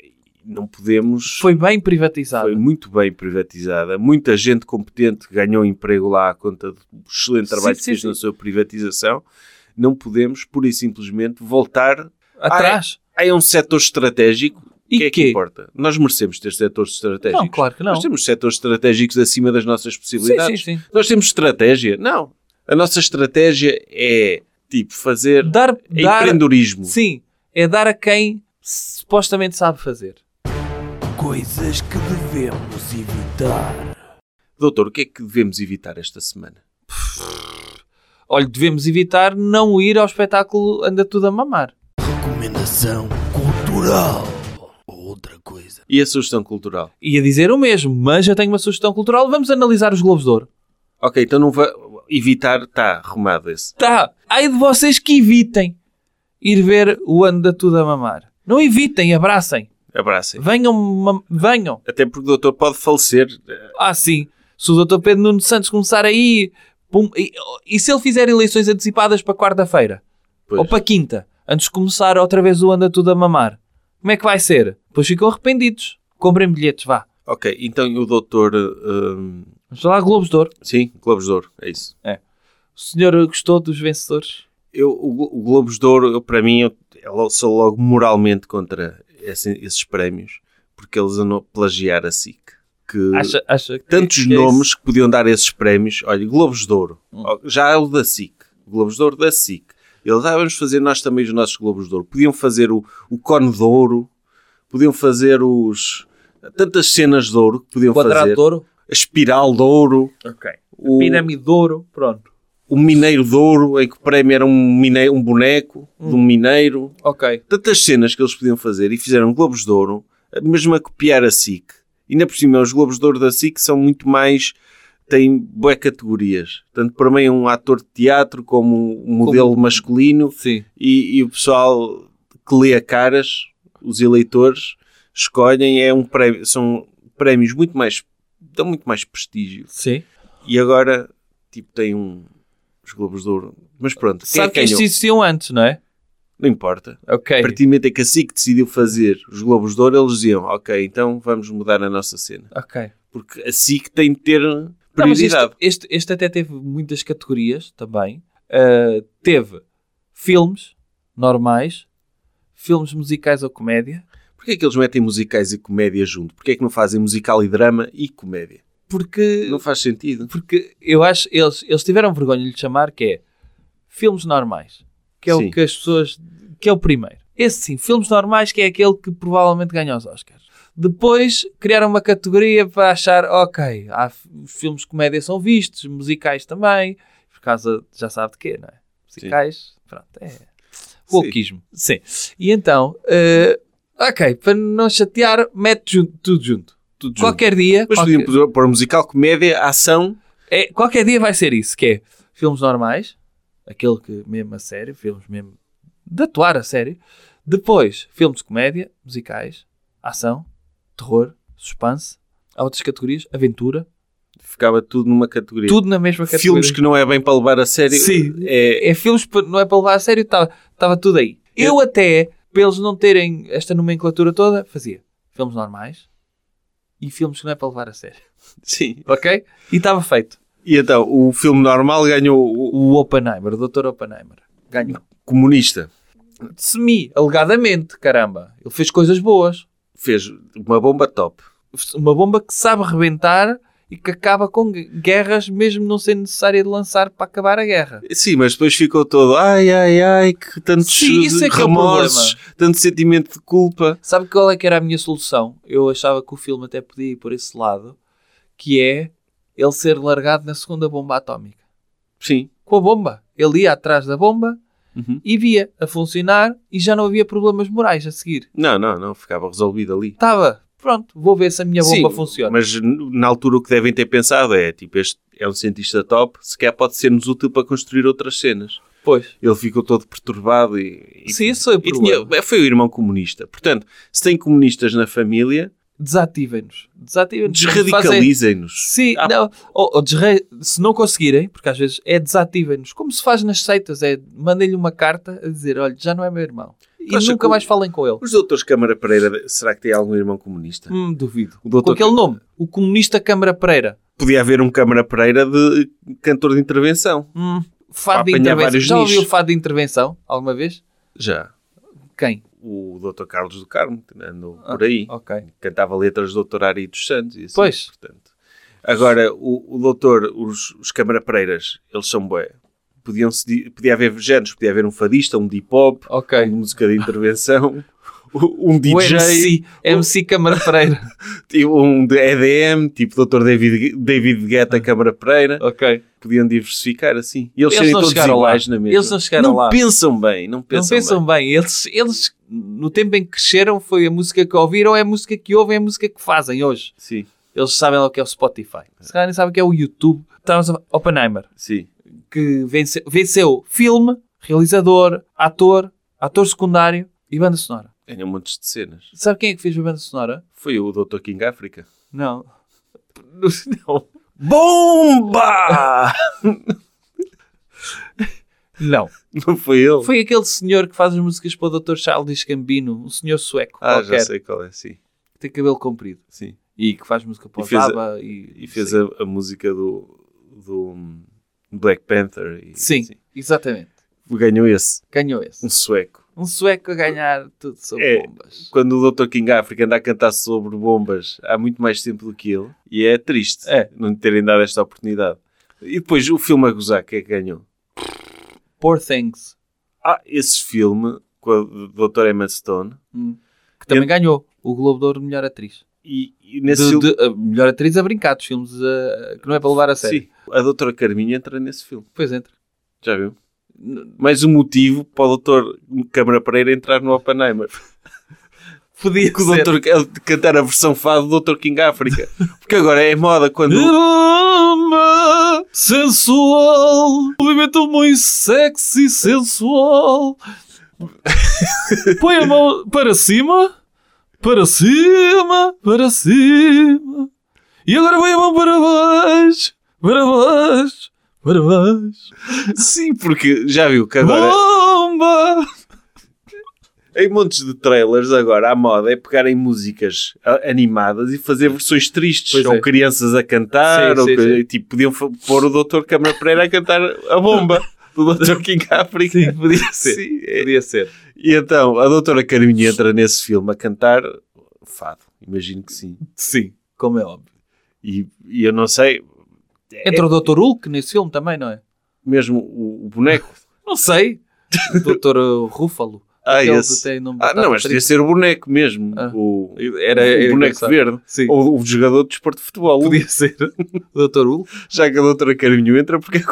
B: não podemos...
C: Foi bem privatizado.
B: Foi muito bem privatizada. Muita gente competente ganhou emprego lá à conta do excelente
C: Sim,
B: trabalho que
C: sim,
B: fez
C: sim.
B: na sua privatização. Não podemos, pura e simplesmente, voltar
C: Atrás.
B: a um setor estratégico.
C: E
B: Ah, é? que é
C: quê?
B: que importa? É Nós merecemos ter setores estratégicos.
C: Não, claro que não.
B: Nós temos setores estratégicos acima das nossas
C: sim,
B: possibilidades.
C: sim, sim.
B: Nós temos estratégia? Não. A nossa estratégia é, tipo, fazer
C: Dar, dar,
B: empreendedorismo.
C: sim, é dar a quem supostamente sabe fazer.
A: Coisas que devemos evitar.
B: Doutor, o que é que devemos evitar esta semana?
C: Olha, devemos evitar não ir ao espetáculo Anda Tudo a Mamar.
A: Recomendação cultural. Outra coisa.
B: E a sugestão cultural?
C: Ia dizer o mesmo, mas eu tenho uma sugestão cultural. Vamos analisar os Globos de Ouro.
B: Ok, então não vai evitar, está arrumado esse.
C: Tá, ai de vocês que evitem ir ver o Anda Tudo a Mamar. Não evitem, abracem.
B: Abracem.
C: Venham, mam- venham.
B: Até porque o doutor pode falecer. eh,
C: Ah, sim. Se o Dr. Pedro Nuno Santos começar aí. pum, e, e se ele fizer eleições antecipadas para quarta-feira?
B: Pois.
C: Ou para quinta? Antes de começar outra vez o Anda Tudo a Mamar? Como é que vai ser? Pois ficam arrependidos. Comprem bilhetes, vá.
B: Ok, então o doutor. hum,
C: Vamos lá, Globos de Ouro.
B: sim, Globos de Ouro, é isso.
C: O senhor gostou dos vencedores?
B: Eu, o, Glo- o Globos de Ouro, eu, para mim, eu, eu logo- sou logo moralmente contra esse- esses prémios, porque eles andam a plagiar a SIC. Que
C: Acha, acha que
B: tantos
C: que é
B: nomes que podiam dar esses prémios. Olha, Globos de Ouro.
C: Hum.
B: Ó, Já é o da SIC. Globos de Ouro da SIC. Eles, ah, vamos fazer nós também os nossos Globos de Ouro. Podiam fazer o, o Cone de Ouro. Podiam fazer os... Tantas cenas de ouro que
C: isso?
B: podiam
C: Quadrado
B: fazer.
C: de ouro?
B: A espiral de ouro. O,
C: Pirâmide de ouro? Pronto.
B: o mineiro de ouro, em que o prémio era um, mineiro, um boneco de
C: Hum.
B: um mineiro.
C: Ok.
B: Tantas cenas que eles podiam fazer e fizeram Globos de Ouro, mesmo a copiar a SIC. E ainda por cima, os Globos de Ouro da SIC são muito mais. têm boé categorias. Tanto para mim, um ator de teatro como um modelo masculino
C: Sim.
B: e, e o pessoal que lê a caras, os eleitores, escolhem. É um prémio, são prémios muito mais. dão muito mais prestígio.
C: Sim.
B: E agora, tipo, tem um. os Globos de Ouro. Mas pronto, quem é
C: Sabe
B: que
C: que estes
B: ganhou?
C: existiam antes, não é?
B: Não importa.
C: Ok.
B: A partir do momento em que a SIC decidiu fazer os Globos de Ouro, eles diziam, ok, então vamos mudar a nossa cena.
C: Ok.
B: Porque a SIC tem de ter
C: Não, mas este-
B: prioridade.
C: este, este até teve muitas categorias também. Uh, teve filmes normais, filmes musicais ou comédia,
B: Porquê é que eles metem musicais e comédia junto? Porquê é que não fazem musical e drama e comédia?
C: porque,
B: Não faz sentido.
C: porque eu acho eles eles tiveram vergonha de lhe chamar que é filmes normais, que é
B: Sim.
C: o que as pessoas que é o primeiro. Esse sim, filmes normais, que é aquele que provavelmente ganha os Oscars. Depois criaram uma categoria para achar, ok, há f- os filmes de comédia são vistos, musicais também, por causa, já sabe de quê, não é? Musicais, pronto, é. Wokeismo, sim. E então, eh, ok, para não chatear, mete junto- tudo junto.
B: Tudo junto.
C: Qualquer dia,
B: Mas
C: qualquer,
B: podiam pôr- pôr musical, comédia, ação.
C: é, qualquer dia vai ser isso, que é filmes normais, aquele que mesmo a sério, filmes mesmo de atuar a sério. Depois, filmes de comédia, musicais, ação, terror, suspense, há outras categorias, aventura,
B: Ficava tudo numa categoria.
C: tudo na mesma categoria.
B: Filmes que não é bem para levar a sério.
C: Sim.
B: É,
C: É filmes, pa- não é para levar a sério, estava tudo aí. Eu até, para eles não terem esta nomenclatura toda, fazia filmes normais e filmes que não é para levar a sério,
B: sim.
C: ok? E estava feito.
B: E então, o filme normal ganhou o
C: O Oppenheimer, o Dr. Oppenheimer, ganhou.
B: comunista.
C: semi, alegadamente, caramba. Ele fez coisas boas.
B: Fez uma bomba top.
C: Uma bomba que sabe rebentar e que acaba com gu- guerras, mesmo não sendo necessária de lançar para acabar a guerra.
B: Sim, mas depois ficou todo ai, ai, ai, que tantos
C: Sim, isso é que é o
B: remorsos, tanto sentimento de culpa.
C: Sabe qual é que era a minha solução? Eu achava que o filme até podia ir por esse lado, que é ele ser largado na segunda bomba atómica.
B: Sim,
C: Com a bomba. Ele ia atrás da bomba
B: Uhum.
C: e via a funcionar e já não havia problemas morais a seguir.
B: não, não, não, ficava resolvido ali.
C: Estava, pronto, vou ver se a minha bomba
B: Sim,
C: funciona.
B: Mas n- na altura o que devem ter pensado é tipo, este é um cientista top, sequer pode ser-nos útil para construir outras cenas.
C: Pois.
B: Ele ficou todo perturbado e. e-
C: Sim, isso foi o
B: e
C: problema.
B: tinha- foi o irmão comunista. Portanto, se tem comunistas na família,
C: desativem-nos. Desativem-nos. Fazem-
B: desradicalizem-nos.
C: Sim,
B: Ah.
C: não, ou, ou desre- se não conseguirem, porque às vezes é desativem-nos, como se faz nas seitas, é mandem-lhe uma carta a dizer: olha, já não é meu irmão. E
B: Acha
C: nunca
B: que o-
C: mais falem com ele.
B: Os doutores Câmara Pereira, será que tem algum irmão comunista?
C: Hum, duvido.
B: O doutor
C: Com aquele
B: que-
C: nome, o comunista Câmara Pereira.
B: Podia haver um Câmara Pereira de cantor de intervenção.
C: Hum, fado de
B: apanhar
C: intervenção.
B: vários
C: Já ouviu
B: nichos.
C: o fado de intervenção alguma vez?
B: Já.
C: Quem?
B: O doutor Carlos do Carmo que andou por aí.
C: Ah, Ok.
B: Cantava letras do Dr. Ari dos Santos e assim,
C: Pois.
B: portanto. Agora, o, o doutor, os, os Câmara Pereiras, eles são bué. Podiam-se di- podia haver géneros, podia haver um fadista, um de hip-hop,
C: Ok.
B: uma música de intervenção, um
C: O
B: DJ,
C: MC, MC Câmara Pereira.
B: tipo, um de EDM, tipo Dr. David, David Guetta Câmara Pereira.
C: ok.
B: Podiam diversificar assim. E eles,
C: Ah. Eles
B: serem
C: não
B: todos
C: chegaram lá.
B: iguais na mesma.
C: Eles não chegaram lá.
B: pensam bem, não
C: Não
B: pensam,
C: pensam bem. Eles, eles, no tempo em que cresceram, foi a música que ouviram, é a música que ouvem, é a música que fazem hoje.
B: bem. Sim,
C: Eles sabem lá o que é o Spotify. Se calhar nem sabem o que é o YouTube. Estamos a Oppenheimer,
B: sim.
C: que venceu, venceu filme, realizador, ator, ator secundário e banda sonora.
B: Ganham montes de cenas.
C: Sabe quem é que fez a banda sonora?
B: Foi o Dr. King África.
C: Não. Não.
B: Bomba!
C: Não.
B: Não foi ele?
C: Foi aquele senhor que faz as músicas para o Dr. Charles Gambino, um senhor sueco
B: Ah, já
C: qualquer,
B: sei qual é, sim.
C: que tem cabelo comprido
B: sim.
C: e que faz música para
B: E
C: o
B: fez a-
C: Zaba e,
B: E fez a, a música do, do hum, Black Panther. E,
C: Sim, exatamente.
B: Ganhou esse,
C: Ganhou esse.
B: um sueco.
C: Um sueco a ganhar tudo sobre
B: É.
C: bombas.
B: Quando o Dr. King África anda a cantar sobre bombas há muito mais tempo do que ele. E é triste
C: É.
B: não lhe terem dado esta oportunidade. E depois o filme a gozar, que é que ganhou?
C: Poor Things.
B: Ah, esse filme com a Dr. Emma Stone.
C: hum, Que também ganhou o Globo de Ouro de Melhor Atriz.
B: E, e nesse
C: De-
B: filme.
C: de- a melhor Atriz a brincar dos filmes a- que não é para levar a sério.
B: Sim, a Dra Carminha entra nesse filme.
C: Pois entra.
B: Já viu? Mais um motivo para o Dr. Câmara Pereira entrar no Oppenheimer.
C: Podia
B: Que o Dr. ele cantar a versão fado do Dr. King África. Porque agora é moda quando.
C: Ama, sensual, movimento muito sexy, sensual. Põe a mão para cima, para cima, para cima. E agora põe a mão para baixo, para baixo, para baixo.
B: Sim, porque já viu que agora.
C: Bomba!
B: Em montes de trailers, agora a moda é pegarem músicas a- animadas e fazer versões tristes.
C: Pois
B: ou
C: é.
B: crianças a cantar,
C: Sim,
B: ou
C: sim,
B: coisa-
C: sim.
B: tipo, podiam fa- pôr o Dr. Câmara Pereira a cantar a bomba do Dr. King África.
C: Sim, podia ser.
B: Sim, é-
C: Podia ser.
B: E então, a doutora Carminha entra nesse filme a cantar fado, imagino que sim.
C: Sim, como é óbvio.
B: E, e eu não sei,
C: Entra o Dr. Hulk nesse filme também, não é?
B: mesmo o, o boneco,
C: Não sei. Dr. eh, Rúfalo.
B: Ah,
C: Aquele
B: esse.
C: que tem nome de
B: Ah,
C: batata
B: não, mas devia
C: frita.
B: ser o boneco mesmo.
C: Ah.
B: O,
C: Era-
B: o
C: era
B: boneco
C: engraçado.
B: verde.
C: Sim.
B: Ou o jogador de desporto de futebol. Um,
C: Podia ser. O Dr. Hulo.
B: Já que a doutora Carinho entra, porque é que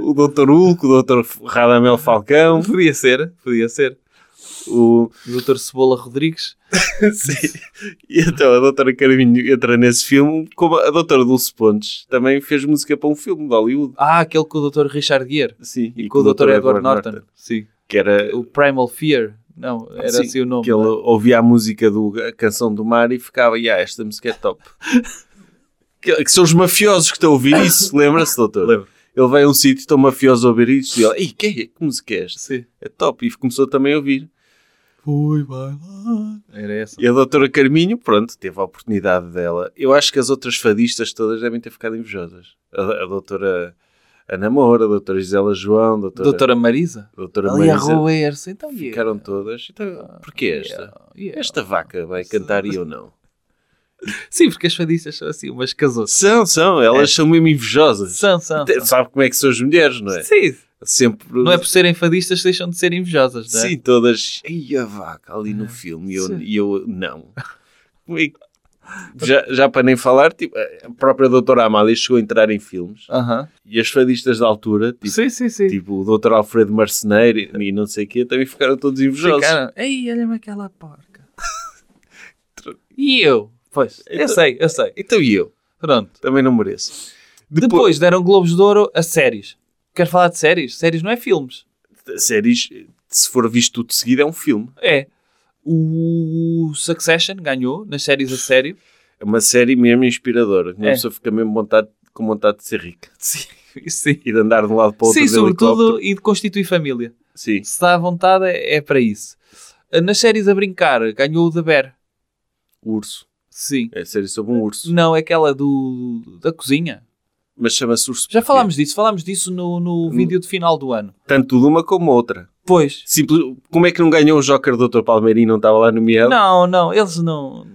B: o, o doutor Hulk, o doutor Radamel Falcão,
C: Podia ser. Podia ser.
B: o...
C: O Dr. Cebola Rodrigues.
B: Sim. E então a doutora Carinho entra nesse filme, como a doutora Dulce Pontes também fez música para um filme de Hollywood.
C: Ah, aquele com o Dr. Richard Gere.
B: Sim.
C: E, com o Dr. Edward Norton. Sim.
B: Que era...
C: O Primal Fear. Não, era
B: Sim,
C: assim o nome.
B: que ele
C: não é?
B: ouvia a música do a canção do mar e ficava, yeah, esta música é top. que, que são os mafiosos que estão a ouvir isso, lembra-se, doutor?
C: Lembro.
B: Ele vai a um sítio, estão mafiosos a ouvir isso e ele, ei, que, é? que música é esta?
C: Sim.
B: É top. E começou também a ouvir.
C: Fui, vai lá. Era essa.
B: E a doutora Carminho, pronto, teve a oportunidade dela. Eu acho que as outras fadistas todas devem ter ficado invejosas. A, a doutora Ana Moura, a doutora Gisela João, a doutora,
C: Doutora Marisa.
B: doutora
C: Ali a
B: Marisa.
C: Roerson. Então, e eu?
B: Ficaram todas. Então, porquê esta?
C: E eu?
B: Esta vaca vai cantar e eu não.
C: Sim, porque as fadistas são assim, umas casotas.
B: São, são, elas
C: É.
B: são mesmo invejosas.
C: São, são.
B: Te- Sabe como é que são as mulheres, não é?
C: Sim.
B: Sempre.
C: Não é por serem fadistas que deixam de ser invejosas, não é?
B: Sim, todas. E a vaca ali no filme e eu,
C: Sim.
B: e eu não. Como é que- Já, já para nem falar, tipo, a própria doutora Amália chegou a entrar em filmes
C: Aham.
B: e as fadistas da altura, tipo,
C: sim, sim, sim.
B: tipo o doutor Alfredo Marceneiro e, e não sei o quê, também ficaram todos invejosos.
C: Ficaram. Ei, olha-me aquela porca. e eu? Pois, eu sei, eu sei.
B: Então e eu?
C: Pronto.
B: Também não mereço.
C: Depois deram Globos de Ouro a séries. Quero falar de séries? Séries não é filmes.
B: Séries, se for visto tudo de seguida, é um filme.
C: É. O Succession ganhou nas séries a sério.
B: É uma série mesmo inspiradora. Uma
C: É.
B: pessoa fica mesmo vontade, com vontade de ser rica
C: Sim, sim.
B: e de andar de um lado para o outro
C: Sim,
B: de helicóptero.
C: sobretudo, e de constituir família.
B: Sim.
C: Se dá à vontade, é é para isso. Ah, Nas séries a brincar, ganhou o The Bear.
B: Urso.
C: Sim.
B: É série sobre um urso.
C: Não, é aquela do, da cozinha.
B: Mas chama-se urso.
C: Já
B: porquê?
C: falámos disso, falámos disso no, no vídeo de final do ano.
B: Tanto de uma como outra.
C: Pois.
B: Simples... Como é que não ganhou o Joker do Dr. Palmeirinho e não estava lá nomeado?
C: Não, não, eles não.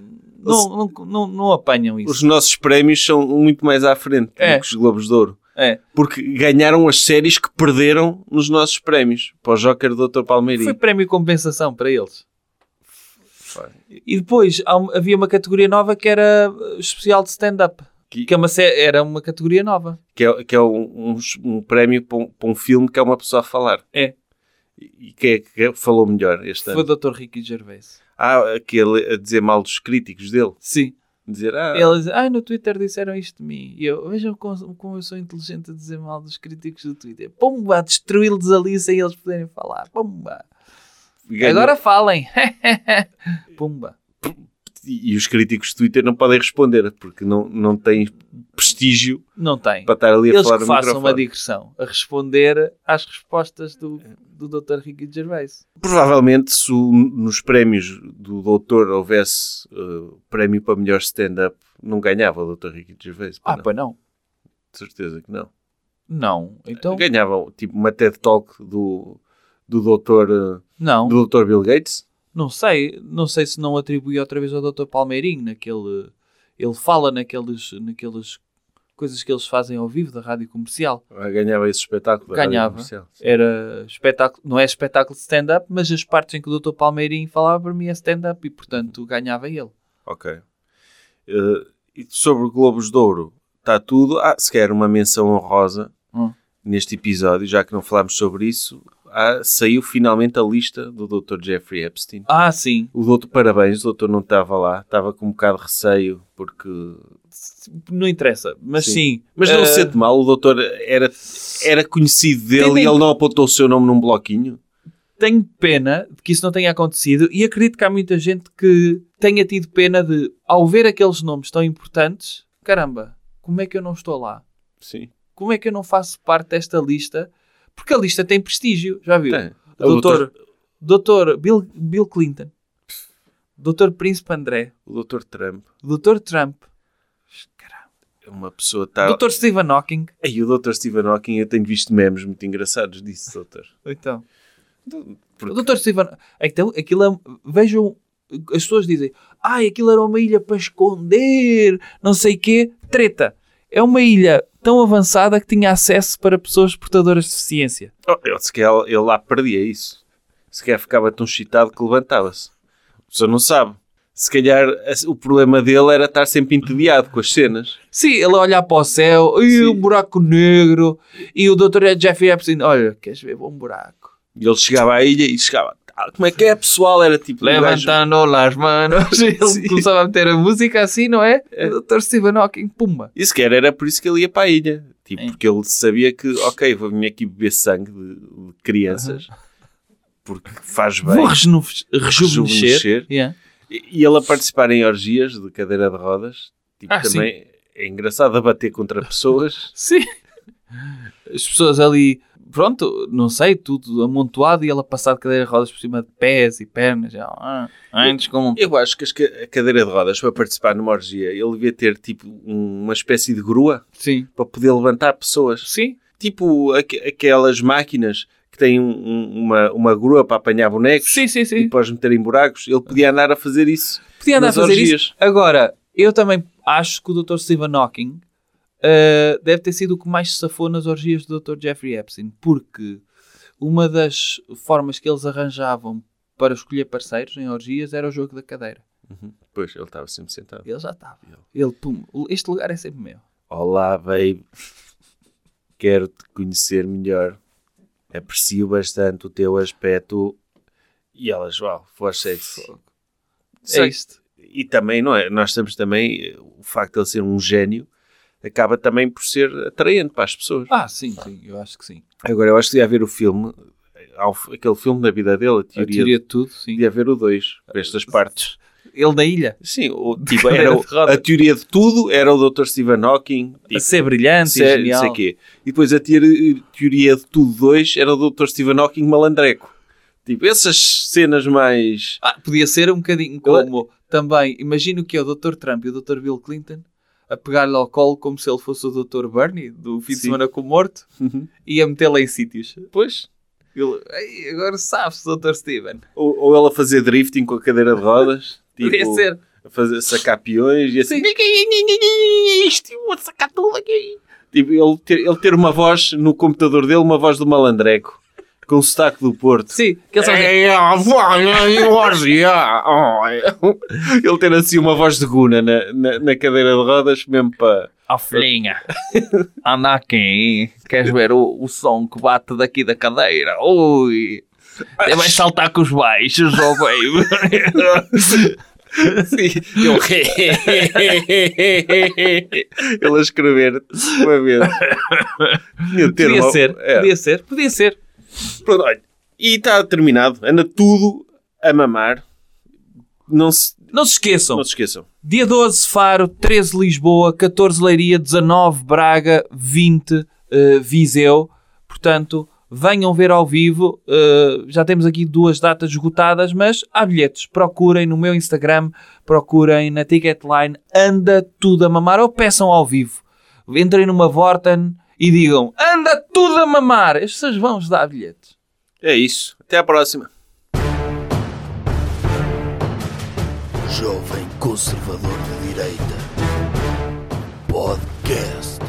C: Não, não, não, não apanham
B: Os
C: isso.
B: nossos prémios são muito mais à frente
C: É.
B: do que os Globos de Ouro.
C: É.
B: Porque ganharam as séries que perderam nos nossos prémios. Para o Joker do Dr.
C: Foi
B: Palmeirinho.
C: prémio de compensação para eles. E depois há um- havia uma categoria nova que era uh, especial de stand-up.
B: Que-
C: Que, é uma, sé- era uma categoria nova.
B: Que é, que é um, um- um prémio para um, para um filme que é uma pessoa a falar.
C: É.
B: E e quem é que falou melhor este ano?
C: Foi o Dr. Ricky Gervais.
B: Ah, aquele a dizer mal dos críticos dele.
C: Sim.
B: Dizer, ah,
C: Eles, ai, no Twitter disseram isto de mim. E eu, vejam como, como eu sou inteligente a dizer mal dos críticos do Twitter. Pomba, destruí-los ali sem eles poderem falar. Pomba.
B: ganhou.
C: Agora falem. Pumba.
B: E os críticos de Twitter não podem responder, porque não, não têm prestígio
C: Não tem.
B: para estar ali a
C: Eles
B: falar
C: que
B: no
C: façam uma
B: microfone.
C: digressão a responder às respostas do, do Dr. Ricky Gervais.
B: Provavelmente, se o- nos prémios do Doutor houvesse uh, prémio para melhor stand-up, não ganhava o Doutor Ricky Gervais. pá,
C: Ah,
B: não,
C: pois não.
B: de certeza que não.
C: Não. Então,
B: Ganhavam, tipo, uma TED Talk do, do, doutor, uh,
C: não.
B: do doutor Bill Gates.
C: Não sei. Não sei se não atribui outra vez ao Dr. Palmeirinho naquele... Ele fala naqueles, naqueles coisas que eles fazem ao vivo da rádio comercial.
B: Ah, Ganhava esse espetáculo. da rádio
C: Ganhava.
B: comercial.
C: Era espetáculo, não é espetáculo de stand-up, mas as partes em que o Dr. Palmeirinho falava para mim é stand-up e, portanto, ganhava ele.
B: Ok. Eh, e sobre Globos de Ouro, está tudo. Ah, se quer uma menção honrosa
C: Hum.
B: neste episódio, já que não falámos sobre isso, ah, saiu finalmente a lista do Dr. Jeffrey Epstein.
C: Ah, sim.
B: O doutor, parabéns, o doutor não estava lá, estava com um bocado de receio, porque...
C: Não interessa, mas
B: Sim.
C: sim.
B: Mas não
C: eh,
B: se sente mal, o doutor era, era conhecido dele
C: Tendo
B: e
C: em-
B: ele não apontou o seu nome num bloquinho.
C: tenho pena de que isso não tenha acontecido e acredito que há muita gente que tenha tido pena de, ao ver aqueles nomes tão importantes, caramba, como é que eu não estou lá?
B: Sim.
C: Como é que eu não faço parte desta lista? Porque a lista tem prestígio, já viu?
B: Tem. O
C: Doutor,
B: doutor,
C: doutor Bill, Bill Clinton, Doutor Príncipe André,
B: o doutor Trump
C: Doutor Trump, caramba,
B: é uma pessoa... Tá...
C: Doutor Stephen Hawking.
B: Aí o doutor Stephen Hawking, eu tenho visto memes muito engraçados disso, doutor.
C: Então,
B: Porque-
C: o Doutor Stephen, então aquilo é, vejam, as pessoas dizem, ai, aquilo era uma ilha para esconder, não sei quê, treta. É uma ilha tão avançada que tinha acesso para pessoas portadoras de deficiência.
B: Oh, eu disse que ele, ele lá perdia isso. se calhar ficava tão excitado que levantava-se. A pessoa não sabe. Se calhar a- o problema dele era estar sempre entediado com as cenas.
C: Sim, ele a olhar para o céu, e o buraco negro, e o Dr. Jeff Epstein, olha, queres ver, bom buraco.
B: E ele chegava à ilha e chegava. "Ah, Como é que é, pessoal? Era tipo. um gajo-
C: Levantando as manos, ele
B: Sim.
C: começava a meter a música assim, não é? O Dr. Stephen Hawking, pumba.
B: E sequer era por isso que ele ia para a ilha. Tipo,
C: Sim.
B: porque ele sabia que, ok, vou vir aqui beber sangue de, de crianças. Porque faz bem.
C: Vou rejunu- rejuvenescer.
B: Rejuvenescer.
C: Yeah.
B: E e ele a participar em orgias de cadeira de rodas. Tipo,
C: Ah,
B: também é engraçado a bater contra pessoas.
C: Sim. As pessoas ali, pronto, não sei, tudo amontoado e ela passar de cadeira de rodas por cima de pés e pernas. Já, ah, antes como...
B: Eu acho que as ca- a cadeira de rodas para participar numa orgia, ele devia ter tipo um- uma espécie de grua
C: Sim.
B: para poder levantar pessoas.
C: Sim.
B: Tipo aque- aquelas máquinas que têm um- um- uma, uma grua para apanhar bonecos
C: Sim, sim,
B: e
C: sim.
B: para os meter em buracos. Ele podia andar a fazer isso.
C: Podia andar a
B: nas
C: fazer
B: orgias.
C: isso. Agora, eu também acho que o Dr. Stephen Hawking ah, deve ter sido o que mais se safou nas orgias do Dr. Jeffrey Epstein, porque uma das formas que eles arranjavam para escolher parceiros em orgias era o jogo da cadeira.
B: Pois, ele estava sempre sentado.
C: Ele já estava. Ele, pum, este lugar é sempre meu.
B: Olá, baby. Quero-te conhecer melhor. Aprecio bastante o teu aspecto. E elas, uau, foste sexy.
C: É
B: Sei-
C: isto.
B: E também, não é? Nós temos também, eh, o facto de ele ser um gênio, acaba também por ser atraente para as pessoas.
C: Ah, sim, sim, eu acho que sim.
B: Agora, eu acho que devia haver o filme, há um- aquele filme da vida dele, a
C: A
B: teoria,
C: teoria de tudo, sim.
B: devia haver o 2, estas partes.
C: Ele na ilha,
B: Sim, o, tipo,
C: cadeira
B: era o-
C: de rodas.
B: a teoria de tudo era o Dr. Stephen Hawking,
C: a
B: tipo,
C: ser é, brilhante e
B: Sério, não
C: genial.
B: sei quê. E depois a teori- teoria de tudo dois era o Dr. Stephen Hawking malandreco. Tipo, essas cenas mais.
C: Ah, podia ser um bocadinho como também, imagino que é o Dr. Trump e o Dr. Bill Clinton a pegar-lhe ao colo como se ele fosse o Dr. Bernie do fim de
B: Sim. Uhum.
C: semana com o morto e a metê-lo em sítios.
B: Pois.
C: Ele, "Ei, agora sabes, Dr. Steven.
B: Ou, ou ela fazer drifting com a cadeira de rodas. tipo,
C: Podia ser.
B: a Fazer, sacar peões e assim.
C: Sim.
B: Isto, eu vou sacar tudo aqui. Tipo, ele ter, ele ter uma voz no computador dele, uma voz do malandreco. Com o sotaque do Porto.
C: Sim, que
B: É,
C: ele só diz,
B: Ele ter assim uma voz de guna na, na, na cadeira de rodas, mesmo para.
C: "Ó, filhinha, anda aqui, queres ver o, o som que bate daqui da cadeira? Ui, até vais saltar com os baixos, oh baby.
B: ele a escrever uma vez. Tinha de ter
C: Podia
B: uma-
C: ser,
B: é.
C: podia ser, podia ser.
B: Pronto, olha. E está terminado. Anda tudo a mamar. Não se,
C: Não se esqueçam,
B: não se esqueçam.
C: dia 12 Faro, 13 Lisboa, 14 Leiria, 19 Braga, 20 eh, Viseu. Portanto, venham ver ao vivo. eh, já temos aqui duas datas esgotadas, mas há bilhetes. Procurem no meu Instagram, procurem na Ticketline, anda tudo a mamar ou peçam ao vivo. Entrem numa Vorten e digam, anda tudo a mamar. Estas vão vos dar bilhetes.
B: É isso. Até à próxima.
A: Jovem Conservador de Direita. Podcast.